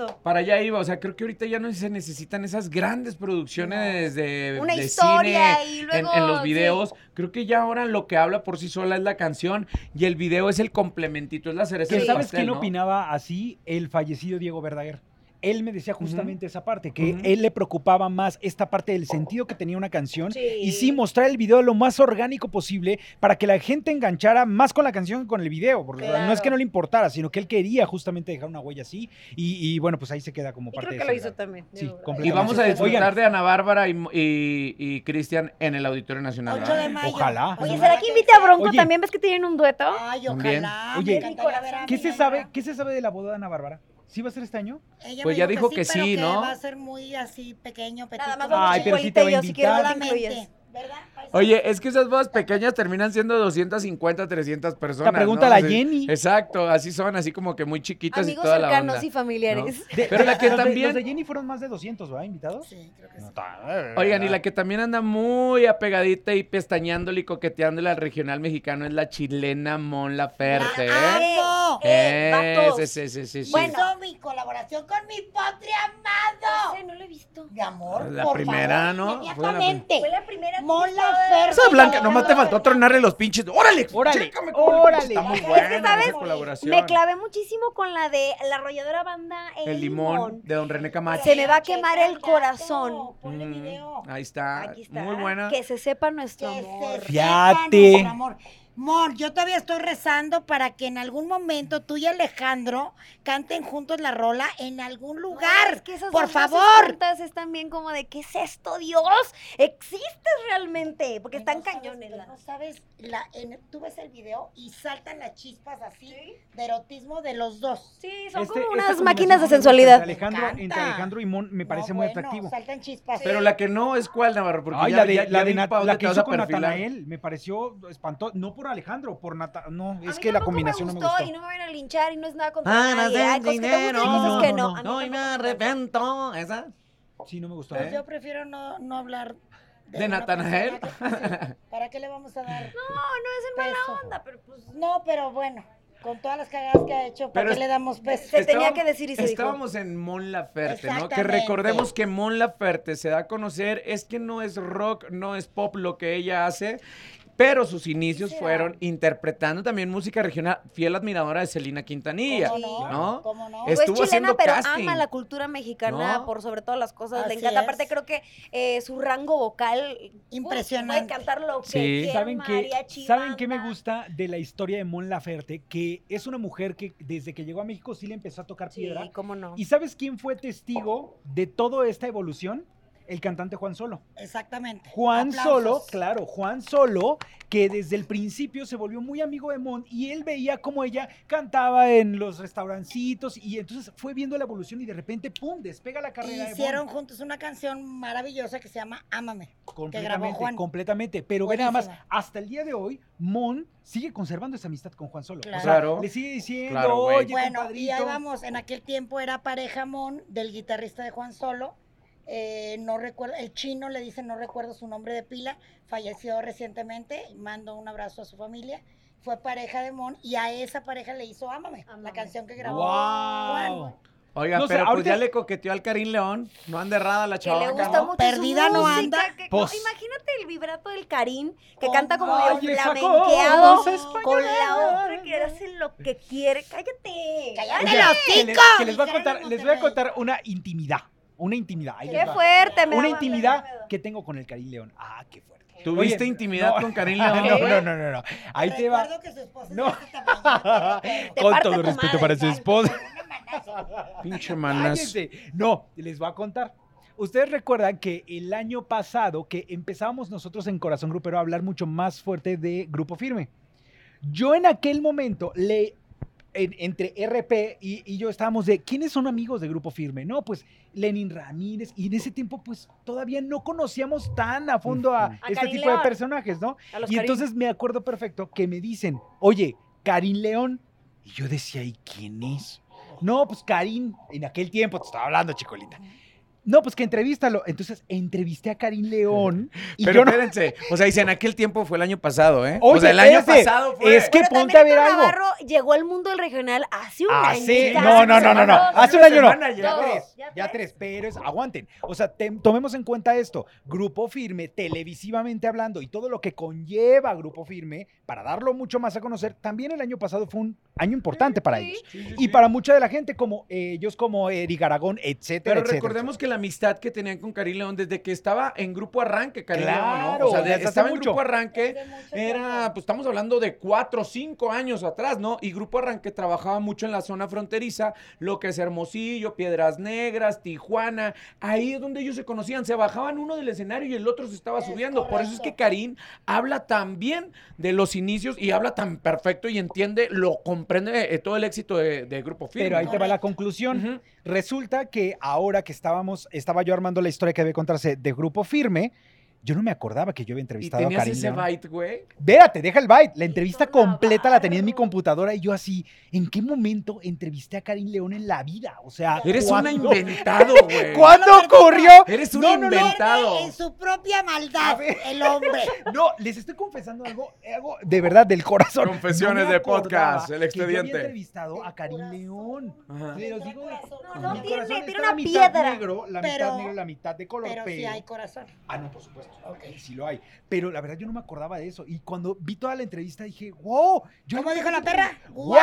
girando. Para allá iba, o sea, creo que ahorita ya no se necesitan esas grandes producciones de, Una de historia cine, y en- luego. en, los sí. videos. Creo que ya ahora lo que habla por sí sola es la canción y el video es el complementito, es la cereza Que del ¿Sabes pastel, quién ¿no? opinaba así? El fallecido Diego Verdaguer. Él me decía justamente esa parte, que Ujú. él le preocupaba más esta parte del sentido que tenía una canción Sí. y sí mostrar el video lo más orgánico posible para que la gente enganchara más con la canción que con el video, porque o sea, no es que Claro. no le importara, sino que él quería justamente dejar una huella así y, y, bueno, pues ahí se queda como Y parte creo de que lo ese hizo legado. también. Sí, Diego, Y completamente. vamos a Oigan. disfrutar de Ana Bárbara y, y- y Cristian en el Auditorio Nacional. 8 de mayo. Ojalá. Oye, Ojalá ¿será que invite a Bronco Oye. también? ¿Ves que tienen un dueto? Ay, También. ojalá. Oye, me encantaría ver a ¿Qué mi se Ana. sabe, qué se sabe de la boda de Ana Bárbara? ¿Sí va a ser este año? Ella Pues me ya dijo que pero sí, ¿no? Va a ser muy así pequeño, petit. Nada más como vamos Ay, que pero sí te va a Chicuelita y yo, si quieres, no te solamente, incluyes. ¿verdad? paisa? Oye, es que esas bodas pequeñas terminan siendo 250, 300 personas. La pregunta a la Pues ¿no? Sí. Jenny. Exacto, así son, así como que muy chiquitas Amigos y toda la cercanos onda. y familiares. De- Pero la que los de- también- los de Jenny fueron más de 200, ¿va? Invitados. Sí, creo que sí. pues Oigan, y la que también anda muy apegadita y pestañándole y coqueteándole al regional mexicano es la chilena Mon Laferte. La ¿eh? amo. ¡Eso! Eh, Eh, vatos. sí, sí, sí, sí, sí. Bueno. Hizo mi colaboración con mi patria amado. No lo he visto. Mi amor, La por primera, favor, ¿no? Inmediatamente. Fue la primera. Mola Fer. Fer. Esa blanca, nomás te faltó tronarle los pinches. ¡Órale! Órale, chécame cómo le- órale. Está muy Es que, buena ¿sabes? esa colaboración. Me clavé muchísimo con la de la arrolladora banda El, El limón. limón de don René Camacho. Se me va a quemar el Chécalo, corazón. Ponle Mm, video. Ahí está. Aquí está. Muy buena. Que se sepa Que nuestro amor. se Fíjate. sepan, amor. Mor, yo todavía estoy rezando para que en algún momento tú y Alejandro canten juntos la rola en algún lugar. No, es que esas por dos voces favor. juntas están bien como de, ¿qué es esto, Dios? ¿Existes realmente? Porque están No sabes, cañones. pero la- No sabes, la, en- tú ves el video y saltan las chispas así de erotismo de los dos. Sí, son Este- como esta unas combinación máquinas de entre sensualidad. Alejandro, Me entre encanta. Alejandro y Mon me parece No, muy bueno, atractivo. Saltan chispas. Pero la que no es cuál, Navarro, porque Ay, ya, la de, ya- la ya de vi Nat- pa' la dónde te que vas hizo a con perfilar. Natanael me pareció espantoso. No por Alejandro, por Nata. No, A es mí que la tampoco combinación no me gustó. y no me van a linchar y no es nada contra Ah, no nadie. Hay cosas den que te gustan dinero. y cosas que no. No, A mí No, y tampoco me me gustan. arrepiento. ¿Esa? Sí, no me gustó. Pues ¿eh? yo prefiero no, no hablar ¿De una Natanael? persona que- sí, ¿Para qué le vamos a dar? No, no es en mala Peso. onda, pero pues No, pero bueno, con todas las cagadas que ha hecho, ¿para Pero qué es- le damos peso? se tenía que decir y se dijo. Estábamos en Mon Laferte, ¿no? Que Exactamente. recordemos que Mon Laferte se da a conocer, es que no es rock, no es pop lo que ella hace, pero sus inicios será? fueron interpretando también música regional, fiel admiradora de Celina Quintanilla, ¿Cómo no? ¿no? ¿Cómo no? Es- estuvo no es chilena, haciendo pero casting. ama la cultura mexicana ¿No? por sobre todas las cosas. Así Le encanta. Aparte, es. creo que eh, su rango vocal. uh, Impresionante. Puede cantar lo que Sí. quiera, ¿Saben qué, mariachi, ¿Saben qué me banda. gusta de la historia de Mon Laferte? Que es una mujer que desde que llegó a México sí le empezó a tocar piedra. Sí, cómo no. ¿Y sabes quién fue testigo de toda esta evolución? El cantante Juan Solo. Exactamente. Juan Aplausos. Solo, claro, Juan Solo, que desde el principio se volvió muy amigo de Mon y él veía cómo ella cantaba en los restaurancitos y entonces fue viendo la evolución y de repente, ¡pum!, despega la carrera de Hicieron Mon. juntos una canción maravillosa que se llama Ámame. Completamente, Juan. completamente. Pero ve nada más, Buenísima. hasta el día de hoy, Mon sigue conservando esa amistad con Juan Solo. O sea, Claro. le sigue diciendo, Claro, güey. oye, bueno, y ahí compadrito". vamos, en aquel tiempo era pareja Mon del guitarrista de Juan Solo. eh, no recuerdo, el chino le dice, no recuerdo su nombre de pila, falleció recientemente, mando un abrazo a su familia. Fue pareja de Mon y a esa pareja le hizo Ámame, Ámame. la canción que grabó. ¡Guau! Juan. Oiga, No sé, pero pues ahorita- ya le coqueteó al Karim León, no anda errada la Que le chavaca, gusta ¿no? mucho Perdida su no música, anda. que- no, Pues- imagínate el vibrato del Karim, que Con- canta como medio Oye, sacó flamenqueado los españoles. con la otra que hace lo que quiere. ¡Cállate! ¡Cállate! Oiga, ¡Dale los que les, cinco! que les voy a Literal en contar, les voy a Monterrey. contar una intimidad. Una intimidad. ahí ¡Qué les va. fuerte! Me da Una miedo, intimidad me da miedo. que tengo con el Karim León. Ah, qué fuerte. ¿Tuviste Oye, intimidad no. con Karim Ah, León? no, güey? no, no, no, no. Ahí te va. Recuerdo que su esposa es No. de este tamaño, te recuerdo. Te Con parte todo tu respeto madre, para su tal, esposa. Una manazo. Pinche manas. Cállense. No, les voy a contar. Ustedes recuerdan que el año pasado que empezábamos nosotros en Corazón Grupero a hablar mucho más fuerte de Grupo Firme. Yo en aquel momento le en- entre RP y, y yo estábamos de quiénes son amigos de Grupo Firme. No, pues Lenin Ramírez y en ese tiempo pues todavía no conocíamos tan a fondo a, Ujú. A este Karim tipo León. de personajes, ¿no? A los Y Karim. entonces me acuerdo perfecto que me dicen, oye, Karim León. Y yo decía, ¿y quién es? No, pues Karim, en aquel tiempo te estaba hablando, chicolita. No, pues que entrevístalo. Entonces entrevisté a Karim León. Y Pero yo no. espérense, o sea, dice, en aquel tiempo fue el año pasado, ¿eh? o Oye, sea, el año espérate, pasado fue. es que Pero ponte a también ver Héctor algo. Navarro llegó al mundo del regional hace un año. Hace, ya. no, no, no, no, no. Dos, Hace un una año no. semana Ya llegó. tres, Ya ya tres. tres, pero es- aguanten. O sea, te- tomemos en cuenta esto. Grupo Firme, televisivamente hablando, y todo lo que conlleva Grupo Firme, para darlo mucho más a conocer, también el año pasado fue un año importante para ellos. Y para mucha de la gente, como eh, ellos, como Eric Aragón, etcétera, Pero etcétera, recordemos que la amistad que tenían con Karim León desde que estaba en Grupo Arranque, Karim León, ¿no? Claro, O sea, de- desde hace estaba en mucho. Grupo Arranque, Hace mucho era, pues estamos hablando de cuatro o cinco años atrás, ¿no? Y Grupo Arranque trabajaba mucho en la zona fronteriza, lo que es Hermosillo, Piedras Negras, Tijuana, ahí es donde ellos se conocían, se bajaban uno del escenario y el otro se estaba Es subiendo, por eso es que correcto. Karim habla tan bien de los inicios y habla tan perfecto y entiende, lo comprende eh, todo el éxito de, de Grupo Firme. Pero ahí ¿no? te va la conclusión. Ujú. Resulta que ahora que estábamos, estaba yo armando la historia que había contarse de Grupo Firme, Yo no me acordaba que yo había Y entrevistado a tenías Karim ese León. bite, güey. Vérate, deja el byte. La entrevista Víctor completa la tenía en mi Navarro. computadora y yo así, ¿en qué momento entrevisté a Karim León en la vida? O sea, Eres un ¿cuándo? inventado, güey. ¿Cuándo ocurrió? Eres un No, no, no. inventado. Pierde En su propia maldad, A ver. el hombre. No, les estoy confesando algo, algo de verdad del corazón. Confesiones No me de podcast, acordaba el que Yo expediente. había entrevistado a Karim León. Ajá. Se los digo de- No, Mi no corazón tiene, está tiene la una mitad piedra. negro, la Pero- mitad negro, la mitad de color Pero sí pero- hay corazón. Ah, no, por supuesto. ahí Sí lo hay. Pero la verdad yo no me acordaba de eso. Y cuando vi toda la entrevista dije, wow. Yo ¿Cómo dijo la perra? ¡Wow!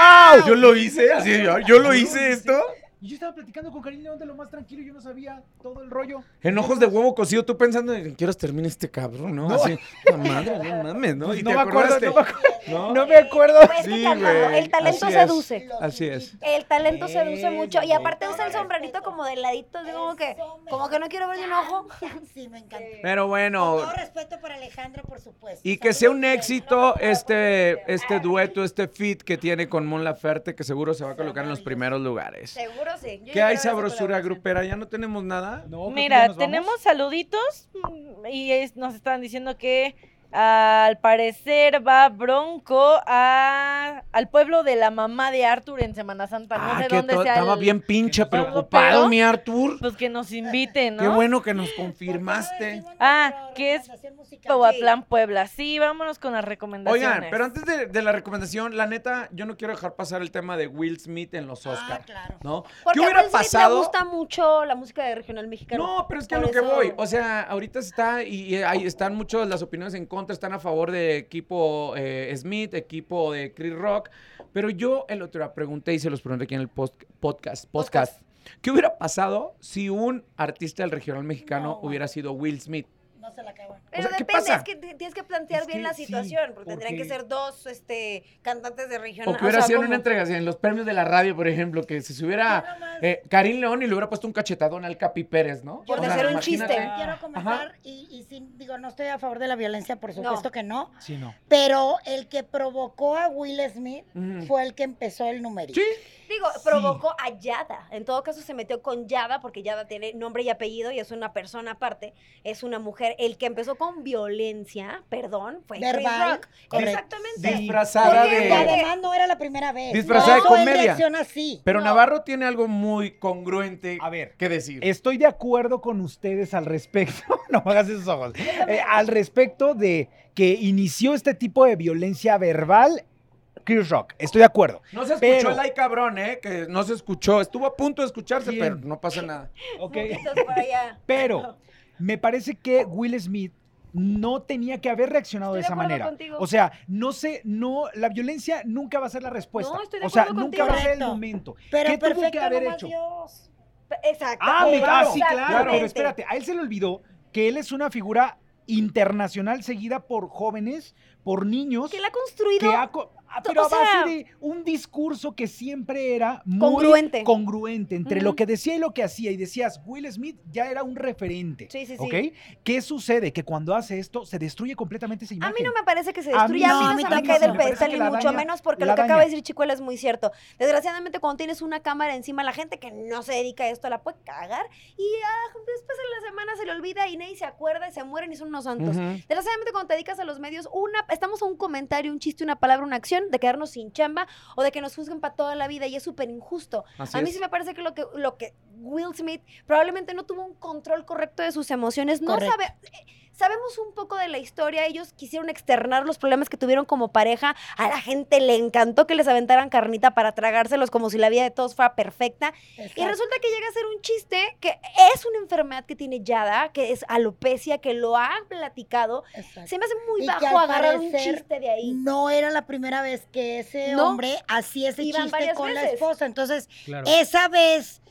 Yo lo hice, así, yo, yo lo hice esto. Y yo estaba platicando con Karim León de lo más tranquilo y yo no sabía todo el rollo. En ojos de huevo cocido, tú pensando en que horas termina este cabrón, ¿no? No. Así, la madre, no mames, ¿no? Pues Y no te me acuerdo, acordaste, no me acuerdo. ¿no? No me acuerdo. Pues Sí, que calmado, güey, el talento así seduce. Los Así es. invito. El talento seduce Eso, mucho. Y güey. aparte usa el sombrerito como de ladito, así como que, Eso me como que no quiero ver un ojo. encanta. Sí, me encanta. Pero Con bueno, todo respeto para Alejandro, por supuesto. Eh, y que sea un Saludos, éxito este, este dueto, este fit que tiene con Mon Laferte, que seguro se va a colocar en los primeros lugares. Seguro sí. Yo ya ¿Qué hay quiero ver esa sabrosura colaboración. grupera? ¿Ya no tenemos nada? No, creo que ya Mira, nos vamos. tenemos saluditos mm, y es- nos están diciendo que al parecer va Bronco a, al pueblo de la mamá de Arthur en Semana Santa. No Ah, sé que dónde to- sea. el- estaba bien pinche que no se preocupado, golpeó. mi Artur. Pues que nos inviten, ¿no? Qué bueno que nos ¿por qué no confirmaste. decimos Ah, nuestra que es recomendación musical? Poatlán, Puebla. Sí, vámonos con las recomendaciones. Oigan, pero antes de, de la recomendación, la neta, yo no quiero dejar pasar el tema de Will Smith en los Ah, Oscar, claro. ¿no? Porque ¿Qué a hubiera Will Smith pasado? le gusta mucho la música de regional mexicano. No, pero es que a Por lo que eso- voy, o sea, ahorita está y, y ahí están muchas las opiniones en contra, están a favor de equipo eh, Smith, equipo de Chris Rock, pero yo el otro día pregunté y se los pregunté aquí en el post- podcast, podcast, ¿qué hubiera pasado si un artista del regional mexicano No. hubiera sido Will Smith? No se la acaba. Pero sea, ¿qué depende, pasa? es que t- tienes que plantear Es bien que la sí, situación, porque tendrían que porque- ser dos este, cantantes de regional. O que hubiera sea, sido ¿cómo? una entrega así, en los premios de la radio, por ejemplo, que si se hubiera Yo nomás eh, Karim León y le hubiera puesto un cachetadón al Capi Pérez, ¿no? Por O sea, hacer un imagínate. chiste. Quiero comentar, y, y sin- digo, no estoy a favor de la violencia, por supuesto que no, Sí, no. pero el que provocó a Will Smith Ujú. fue el que empezó el numerito. Mm. Sí, Digo, Sí. provocó a Yada. En todo caso, se metió con Yada porque Yada tiene nombre y apellido y es una persona aparte. Es una mujer. El que empezó con violencia, perdón, fue Chris Verbal, Rock. correcto. Exactamente. disfrazada Porque Y de... la de- además no era la primera vez. Disfrazada Por de eso él comedia. reacciona así. Pero No. Navarro tiene algo muy congruente A ver, Eh, que decir. estoy de acuerdo con ustedes al respecto. no me hagas esos ojos. Eh, al respecto de que inició este tipo de violencia verbal Chris Rock. Estoy de acuerdo. no se escuchó pero- el ay cabrón, ¿eh? Que no se escuchó. Estuvo a punto de escucharse, Bien. pero no pasa nada. Ok. Puntitos por allá. Pero me parece que Will Smith no tenía que haber reaccionado Estoy de de esa acuerdo manera. contigo. O sea, no sé, no, la violencia nunca va a ser la respuesta. No, estoy de o sea, acuerdo nunca va a contigo. ser el Correcto. momento. Pero ¿Qué tuvo que perfecto, haber nomás hecho? Dios. Exacto. Ah, me- ah, sí, claro. Exactamente. Pero espérate, a él se le olvidó que él es una figura internacional seguida por jóvenes, por niños. Que la ha construido. que ha co- ah, pero o a base sea- de un discurso que siempre era muy Congruente. congruente entre lo Ujú. que decía y lo que hacía. Y decías, Will Smith ya era un referente. Sí, sí, sí. ¿Ok? ¿Qué sucede? Que cuando hace esto se destruye completamente esa A imagen. mí no me parece que se A mí destruya, a mí no, no, a mí se me tampoco. cae del Me parece pedestal que ni la mucho daña, menos porque la lo que acaba daña. de decir Chicuela es muy cierto. Desgraciadamente cuando tienes una cámara encima, la gente que no se dedica a esto la puede cagar y ah, después en la semana se le olvida y nadie se acuerda y se mueren y son unos santos. Ujú. Desgraciadamente cuando te dedicas a los medios, una, estamos a un comentario, un chiste, una palabra, una acción de quedarnos sin chamba o de que nos juzguen para toda la vida y es súper injusto. Así a mí es. sí me parece que lo, que lo que Will Smith probablemente no tuvo un control correcto de sus emociones. No Correcto. sabe, eh, sabemos un poco de la historia. Ellos quisieron externar los problemas que tuvieron como pareja. A la gente le encantó que les aventaran carnita para tragárselos como si la vida de todos fuera perfecta. Y Exacto. resulta que llega a ser un chiste que es una enfermedad que tiene Yada, que es alopecia, que lo ha platicado. Exacto. Se me hace muy Y que bajo al agarrar un parecer chiste de ahí. No era la primera vez que ese No. hombre hacía ese Iban chiste varias con la veces. esposa. Entonces, Claro. esa vez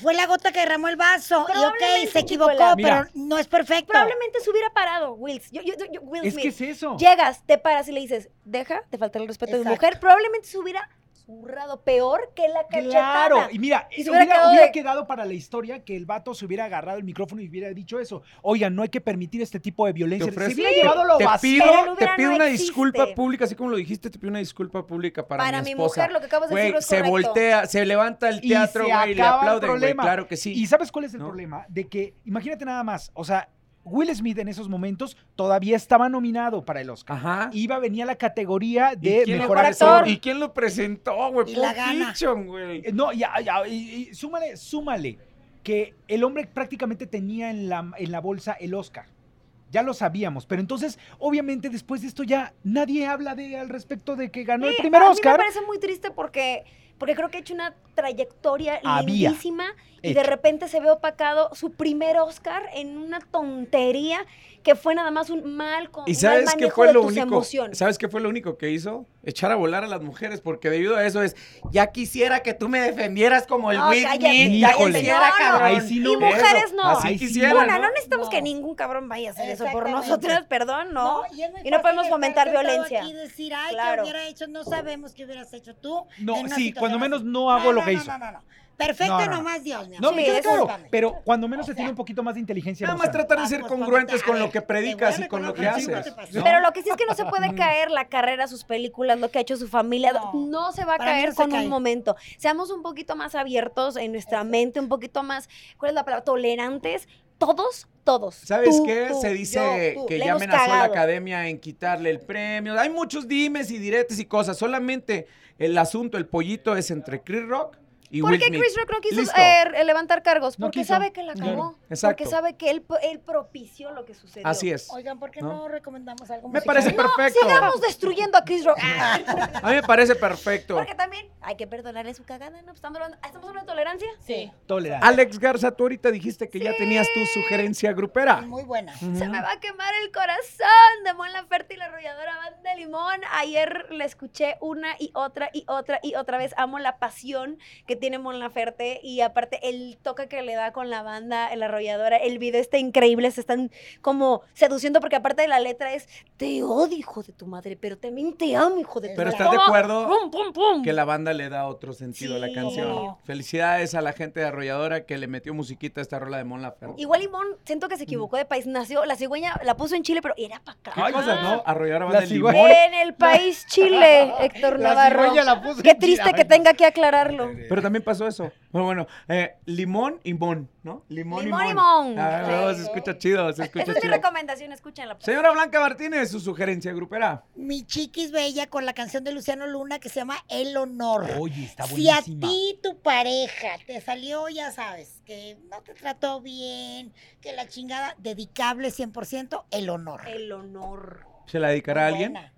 fue la gota que derramó el vaso. Y ok, Probablemente, se equivocó, Chicuela. pero Mira. no es perfecto. Probablemente se hubiera parado, Wills. Yo, yo- yo- Will Es Smith. que es eso. Llegas, te paras y le dices, deja, te falta el respeto de mi Exacto. mujer. Probablemente se hubiera zurrado peor que la cachetada. Claro, y mira, Y se hubiera, hubiera hubiera quedado, quedado de- para la historia que el vato se hubiera agarrado el micrófono y hubiera dicho eso. Oigan, no hay que permitir este tipo de violencia. ofrezco- Se hubiera llevado lo te vacío. pido, Pero no te hubiera- pido no una existe. disculpa pública, así como lo dijiste, te pido una disculpa pública para, Para, mi mi, esposa. mujer, lo que acabas de Güey, decir es se correcto. voltea, se levanta el Y teatro, se güey, y le acaba el aplauden, güey, problema. claro que sí. ¿Y sabes cuál es el ¿No? problema? De que, imagínate nada más, o sea, Will Smith en esos momentos todavía estaba nominado para el Oscar. Ajá. Iba, venía la categoría ¿Y de quién lo mejor presentó? actor. ¿Y quién lo presentó, güey? Y la Pulp gana. Fiction, güey. Eh, No, ya, ya, y, y súmale, súmale, que el hombre prácticamente tenía en la, en la bolsa el Oscar. Ya lo sabíamos, pero entonces, obviamente, después de esto ya nadie habla de al respecto de que ganó el primer a Oscar. Mí me parece muy triste porque, porque creo que ha hecho una trayectoria Había lindísima y hecho. de repente se ve opacado su primer Oscar en una tontería que fue nada más un mal, con, ¿Y un mal sabes manejo qué fue de lo tus único? emociones. ¿Sabes qué fue lo único que hizo? Echar a volar a las mujeres, porque debido a eso es, ya quisiera que tú me defendieras como el No, cállate. Whitney, ya Híjole. quisiera, No, no. cabrón. Ahí sí no. Y mujeres Eso, no. Así Ahí sí. quisiera, Ninguna, ¿no? no necesitamos No. que ningún cabrón vaya a hacer eso por Exactamente. nosotras, perdón, ¿no? y, es muy Y no fácil podemos fomentar estar sentado violencia. Aquí y decir, ay, ¿qué Claro. hubiera hecho? No sabemos qué hubieras hecho tú. No, en una sí, situación cuando así. menos no hago lo no, que no, hizo. No, no, no. Perfecto No, no, no. nomás, Dios mío. No, Sí, me queda eso claro, discúlpame. pero cuando menos se tiene sea, un poquito más de inteligencia. Nada más emocional. tratar de ser Ah, pues, congruentes a con lo ver, te que voy a predicas y con lo que reconocer haces. algo que te ¿no? pasó. Pero lo que sí es que no se puede caer la carrera, sus películas, lo que ha hecho su familia. No. No, se va a Para mí caer no se con cae. un momento. Seamos un poquito más abiertos en nuestra mente, un poquito más, ¿cuál es la palabra? Tolerantes. Todos, todos. ¿Sabes Tú, qué? tú, Se dice yo, tú. que Le ya hemos amenazó a la cagado. academia en quitarle el premio. Hay muchos dimes y diretes y cosas. Solamente el asunto, el pollito es entre Chris Rock y ¿Por Will qué Smith. Chris Rock no quiso Listo. eh, levantar cargos? No Porque quiso. sabe que la Claro. cagó. Exacto. Porque sabe que él, po- él propició lo que sucedió. Así es. Oigan, ¿por qué ¿No? no, recomendamos algo Me musical? parece perfecto. Sigamos destruyendo a Chris Rock. Ah, A mí me parece perfecto. porque también hay que perdonarle su cagada, ¿no? Pues, Estamos hablando, ¿estamos hablando de tolerancia. Sí. Tolerancia. Alex Garza, tú ahorita dijiste que ya tenías tu sugerencia grupera. Muy buena. Se me va a quemar el corazón de Mon Laferte y la arrolladora Van de Limón. Ayer la escuché una y otra y otra y otra vez. Amo la pasión que tiene Mon Laferte y aparte el toque que le da con la banda, la arrolladora. El video está increíble, se están como seduciendo porque aparte de la letra es te odio, hijo de tu madre, pero también te amo, hijo de tu Pero madre. estás de acuerdo ¡Pum, pum, pum! que la banda le da otro sentido a la Sí. canción. Felicidades a la gente de Arrolladora que le metió musiquita a esta rola de Mon Laferte. Igual Limón, siento que se equivocó de país. Nació, la cigüeña la puso en Chile, pero era para acá. ¿Qué Ah, cosas, no? Arrolladora La Banda del cigüeña. Limón. En el país Chile, Héctor Navarro. cigüeña la puso Qué en triste Chile. que tenga que aclararlo. Pero también pasó eso. Bueno, bueno, eh, limón y mon, ¿no? Limón, Limón y y mon. mon. Ah, luego se Sí. escucha chido, se Esa escucha es mi chido. recomendación, escúchenla. por favor. Señora Blanca Martínez, su sugerencia grupera. Mi chiquis bella con la canción de Luciano Luna que se llama El Honor. Oye, está Si a buenísima. ti tu pareja te salió, ya sabes, que no te trató bien, que la chingada, dedicable 100% el honor. El honor. ¿Se la dedicará a alguien? Buena.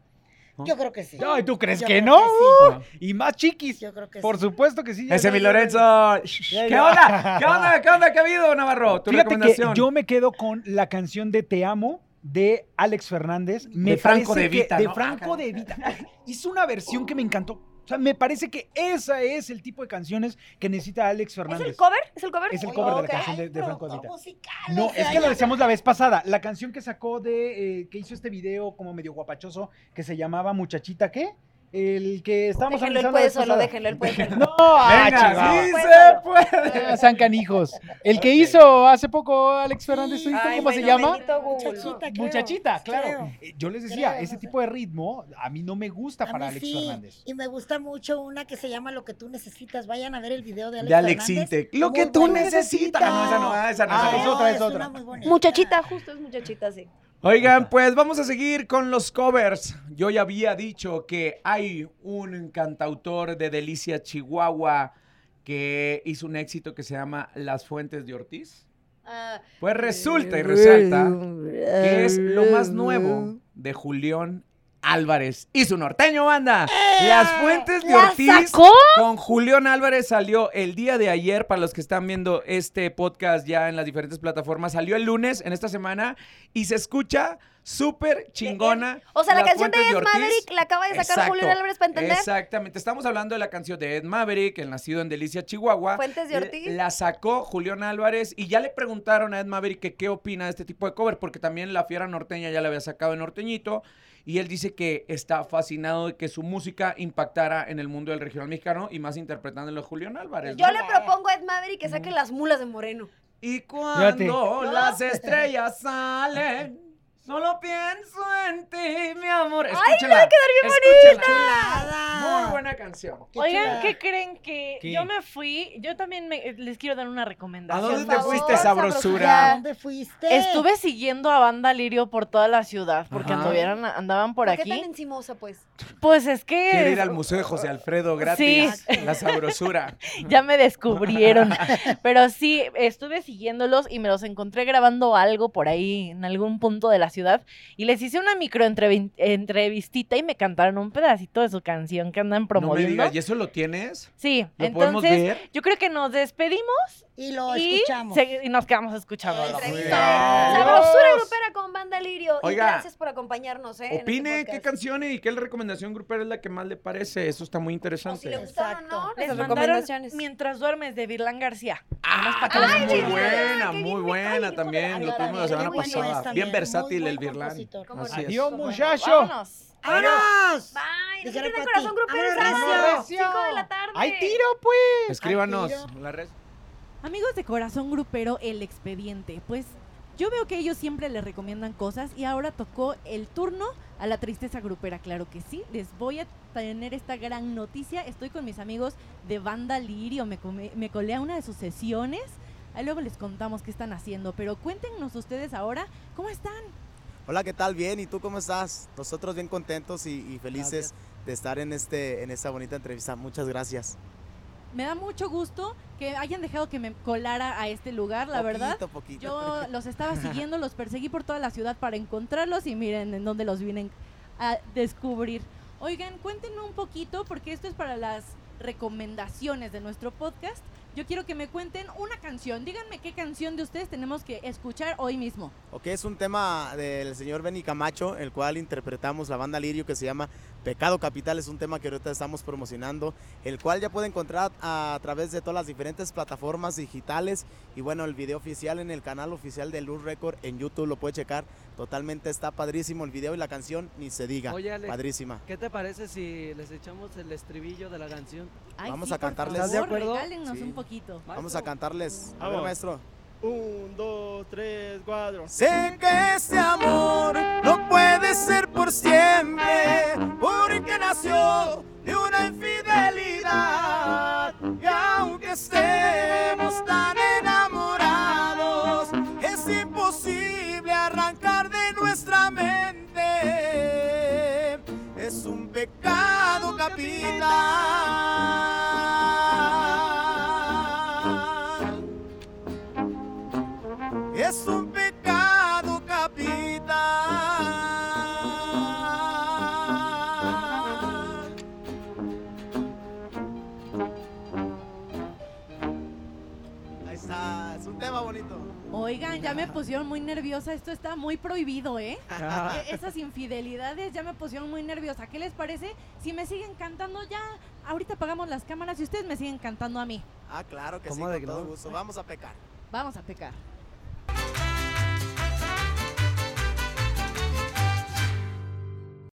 Yo creo que sí. Ay, ¿tú crees Yo que creo no? sí. Ah. Y más chiquis. Yo creo que Por sí. supuesto que sí. Ese ya- mi ya- Lorenzo. ya. ¿Qué onda? ¿Qué onda? ¿Qué onda? ¿Qué ha habido, Navarro? Tu Fíjate que recomendación. yo me quedo con la canción de Te Amo de Alex Fernández. Me De Franco parece de que- Vita, De ¿no? Ah, Franco de Vita. Hizo una versión que me encantó. O sea, me parece que esa es el tipo de canciones que necesita Alex ¿Es Fernández. el cover? ¿Es el cover? Oh. Es el cover de la Ok. canción de, de Productor Franco de Vita. musical, No, o sea, es que lo ya- decíamos la vez pasada. La canción que sacó de. eh, que hizo este video como medio guapachoso que se llamaba Muchachita, ¿qué? El que estábamos Déjenlo, él analizando la puede vez solo, pasada. déjenlo, él puede solo. No, ah, Venga, chingado. sí Pues, se puede. Ah, San canijos. El que hizo hace poco Alex Fernández, ¿tú Sí. viste Ay, ¿cómo se bueno, llama? bendito Google. Muchachita, creo, pues, Muchachita, claro. creo. Eh, Yo les decía, Creo, ese no sé. tipo de ritmo a mí no me gusta A para mí Alex sí, Fernández. Y me gusta mucho una que se llama Lo que tú necesitas. Vayan a ver el video de Alex De Alex Fernández. Intec. Lo Muy que tú buena. necesitas. No, esa no, ah, esa no. Ah, esa no. es otra, es otra. una muy bonita. Muchachita, justo es muchachita, sí. Oigan, pues vamos a seguir con los covers. Yo ya había dicho que hay un cantautor de Delicia, Chihuahua, que hizo un éxito que se llama Las Fuentes de Ortiz. Ah, Pues resulta y resalta que es lo más nuevo de Julián Álvarez y su norteño banda. ¡Eh! Las Fuentes de ¿La Ortiz sacó? con Julián Álvarez salió el día de ayer, para los que están viendo este podcast ya en las diferentes plataformas, salió el lunes en esta semana y se escucha súper chingona. o sea, la Las canción de Fuentes Ed Ortiz. Maverick la acaba de sacar Exacto. Julio Álvarez para entender. Exactamente, estamos hablando de la canción de Ed Maverick, el nacido en Delicia, Chihuahua. Fuentes de Ortiz. La sacó Julián Álvarez y ya le preguntaron a Ed Maverick que qué opina de este tipo de cover, porque también La Fiera Norteña ya la había sacado en Norteñito y él dice que está fascinado de que su música impactara en el mundo del regional mexicano y más interpretándolo a Julián Álvarez. Yo ¿no? le propongo a Ed Maverick que saque las mulas de Moreno. Y cuando las estrellas salen, Solo pienso en ti, mi amor. Escúchala. ¡Ay, va a quedar bien bonita! Muy buena canción. Oigan, chulada. ¿qué creen que ¿Qué? yo me fui? Yo también me- les quiero dar una ¿A recomendación. dónde Por te favor, fuiste, ¿A sabrosura? sabrosura. dónde fuiste? Estuve siguiendo a Banda Lirio por toda la ciudad porque Ajá. anduvieran- andaban por ¿Qué tan aquí. encimosa, pues? Pues es que Quiere ir al Museo de José Alfredo gratis. La sabrosura. ya me descubrieron. Pero sí, estuve siguiéndolos y me los encontré grabando algo por ahí en algún punto de la ciudad. Y les hice una micro entrevi- entrevistita y me cantaron un pedacito de su canción que andan No me promoviendo. digas, ¿y eso lo tienes? Sí, ¿Lo podemos entonces ver? yo creo que nos despedimos Y lo y, escuchamos. se- y nos quedamos escuchando. Muy bien. Sabrosura grupera con banda Lirio. Oiga, y gracias por acompañarnos, ¿eh? en este Opine qué podcast. canción y qué recomendación grupera es la que más le parece. Eso está muy O si le interesante. gustaron o no, Exacto. Les nuestras mandaron recomendaciones. Mientras duermes de Virlán García. Ah, muy mira, qué buena, bien me muy buena cae, también. hijo de Lo la tuvimos la gran- semana qué bueno es pasada. también, Bien versátil muy el buen Birlan. compositor. ¿Cómo Así es. Adiós, Bueno, muchacho. Vámonos. ¡Vámonos! Bye. No se Dijeron pierdan pa' corazón ti. grupero el ¡Vámonos, sábado, recio! 5 de la tarde. ¡Ay, tiro, pues! Escríbanos. Ay, tío. La red. Amigos de Corazón Grupero, el expediente. Pues yo veo que ellos siempre les recomiendan cosas y ahora tocó el turno a la tristeza grupera, claro que sí. Les voy a tener esta gran noticia. Estoy con mis amigos de Banda Lirio, me, come- me colé a una de sus sesiones. Ahí luego les contamos qué están haciendo, pero cuéntenos ustedes ahora cómo están. Hola, ¿qué tal? Bien, ¿y tú cómo estás? Nosotros bien contentos y, y felices de estar en, este, en esta bonita entrevista. Muchas gracias. Me da mucho gusto que hayan dejado que me colara a este lugar, la verdad. Poquito, poquito. Yo los estaba siguiendo, los perseguí por toda la ciudad para encontrarlos y miren en dónde los vienen a descubrir. Oigan, cuéntenme un poquito, porque esto es para las recomendaciones de nuestro podcast. Yo quiero que me cuenten una canción. Díganme qué canción de ustedes tenemos que escuchar hoy mismo. Ok, es un tema del señor Benny Camacho, el cual interpretamos la banda Lirio que se llama Pecado Capital. Es un tema que ahorita estamos promocionando, el cual ya puede encontrar a, través de todas las diferentes plataformas digitales. Y bueno, el video oficial en el canal oficial de Luz Record en YouTube lo puede checar. Totalmente está padrísimo el video y la canción, ni se diga. Oye, Alex, Padrísima. ¿qué te parece si les echamos el estribillo de la canción? Ay, Vamos sí, a por cantarles. favor, ¿Estás de acuerdo? regálennos Sí. un poquito. Vamos a cantarles. A ver, Vamos. maestro. Un, dos, tres, cuatro. Sé que este amor no puede ser por siempre, porque nació de una infidelidad. Y aunque estemos tan enamorados, es imposible arrancar de nuestra mente. Es un pecado capital. Es un pecado capital. Ahí está, es un tema bonito. Oigan, ya me pusieron muy nerviosa. Esto está muy prohibido, ¿eh? Ah, E- Esas infidelidades ya me pusieron muy nerviosa. ¿Qué les parece? Si me siguen cantando ya, ahorita apagamos las cámaras y ustedes me siguen cantando a mí. Ah, claro que sí, ¿Cómo de con que todo no? gusto. Vamos a pecar. Vamos a pecar.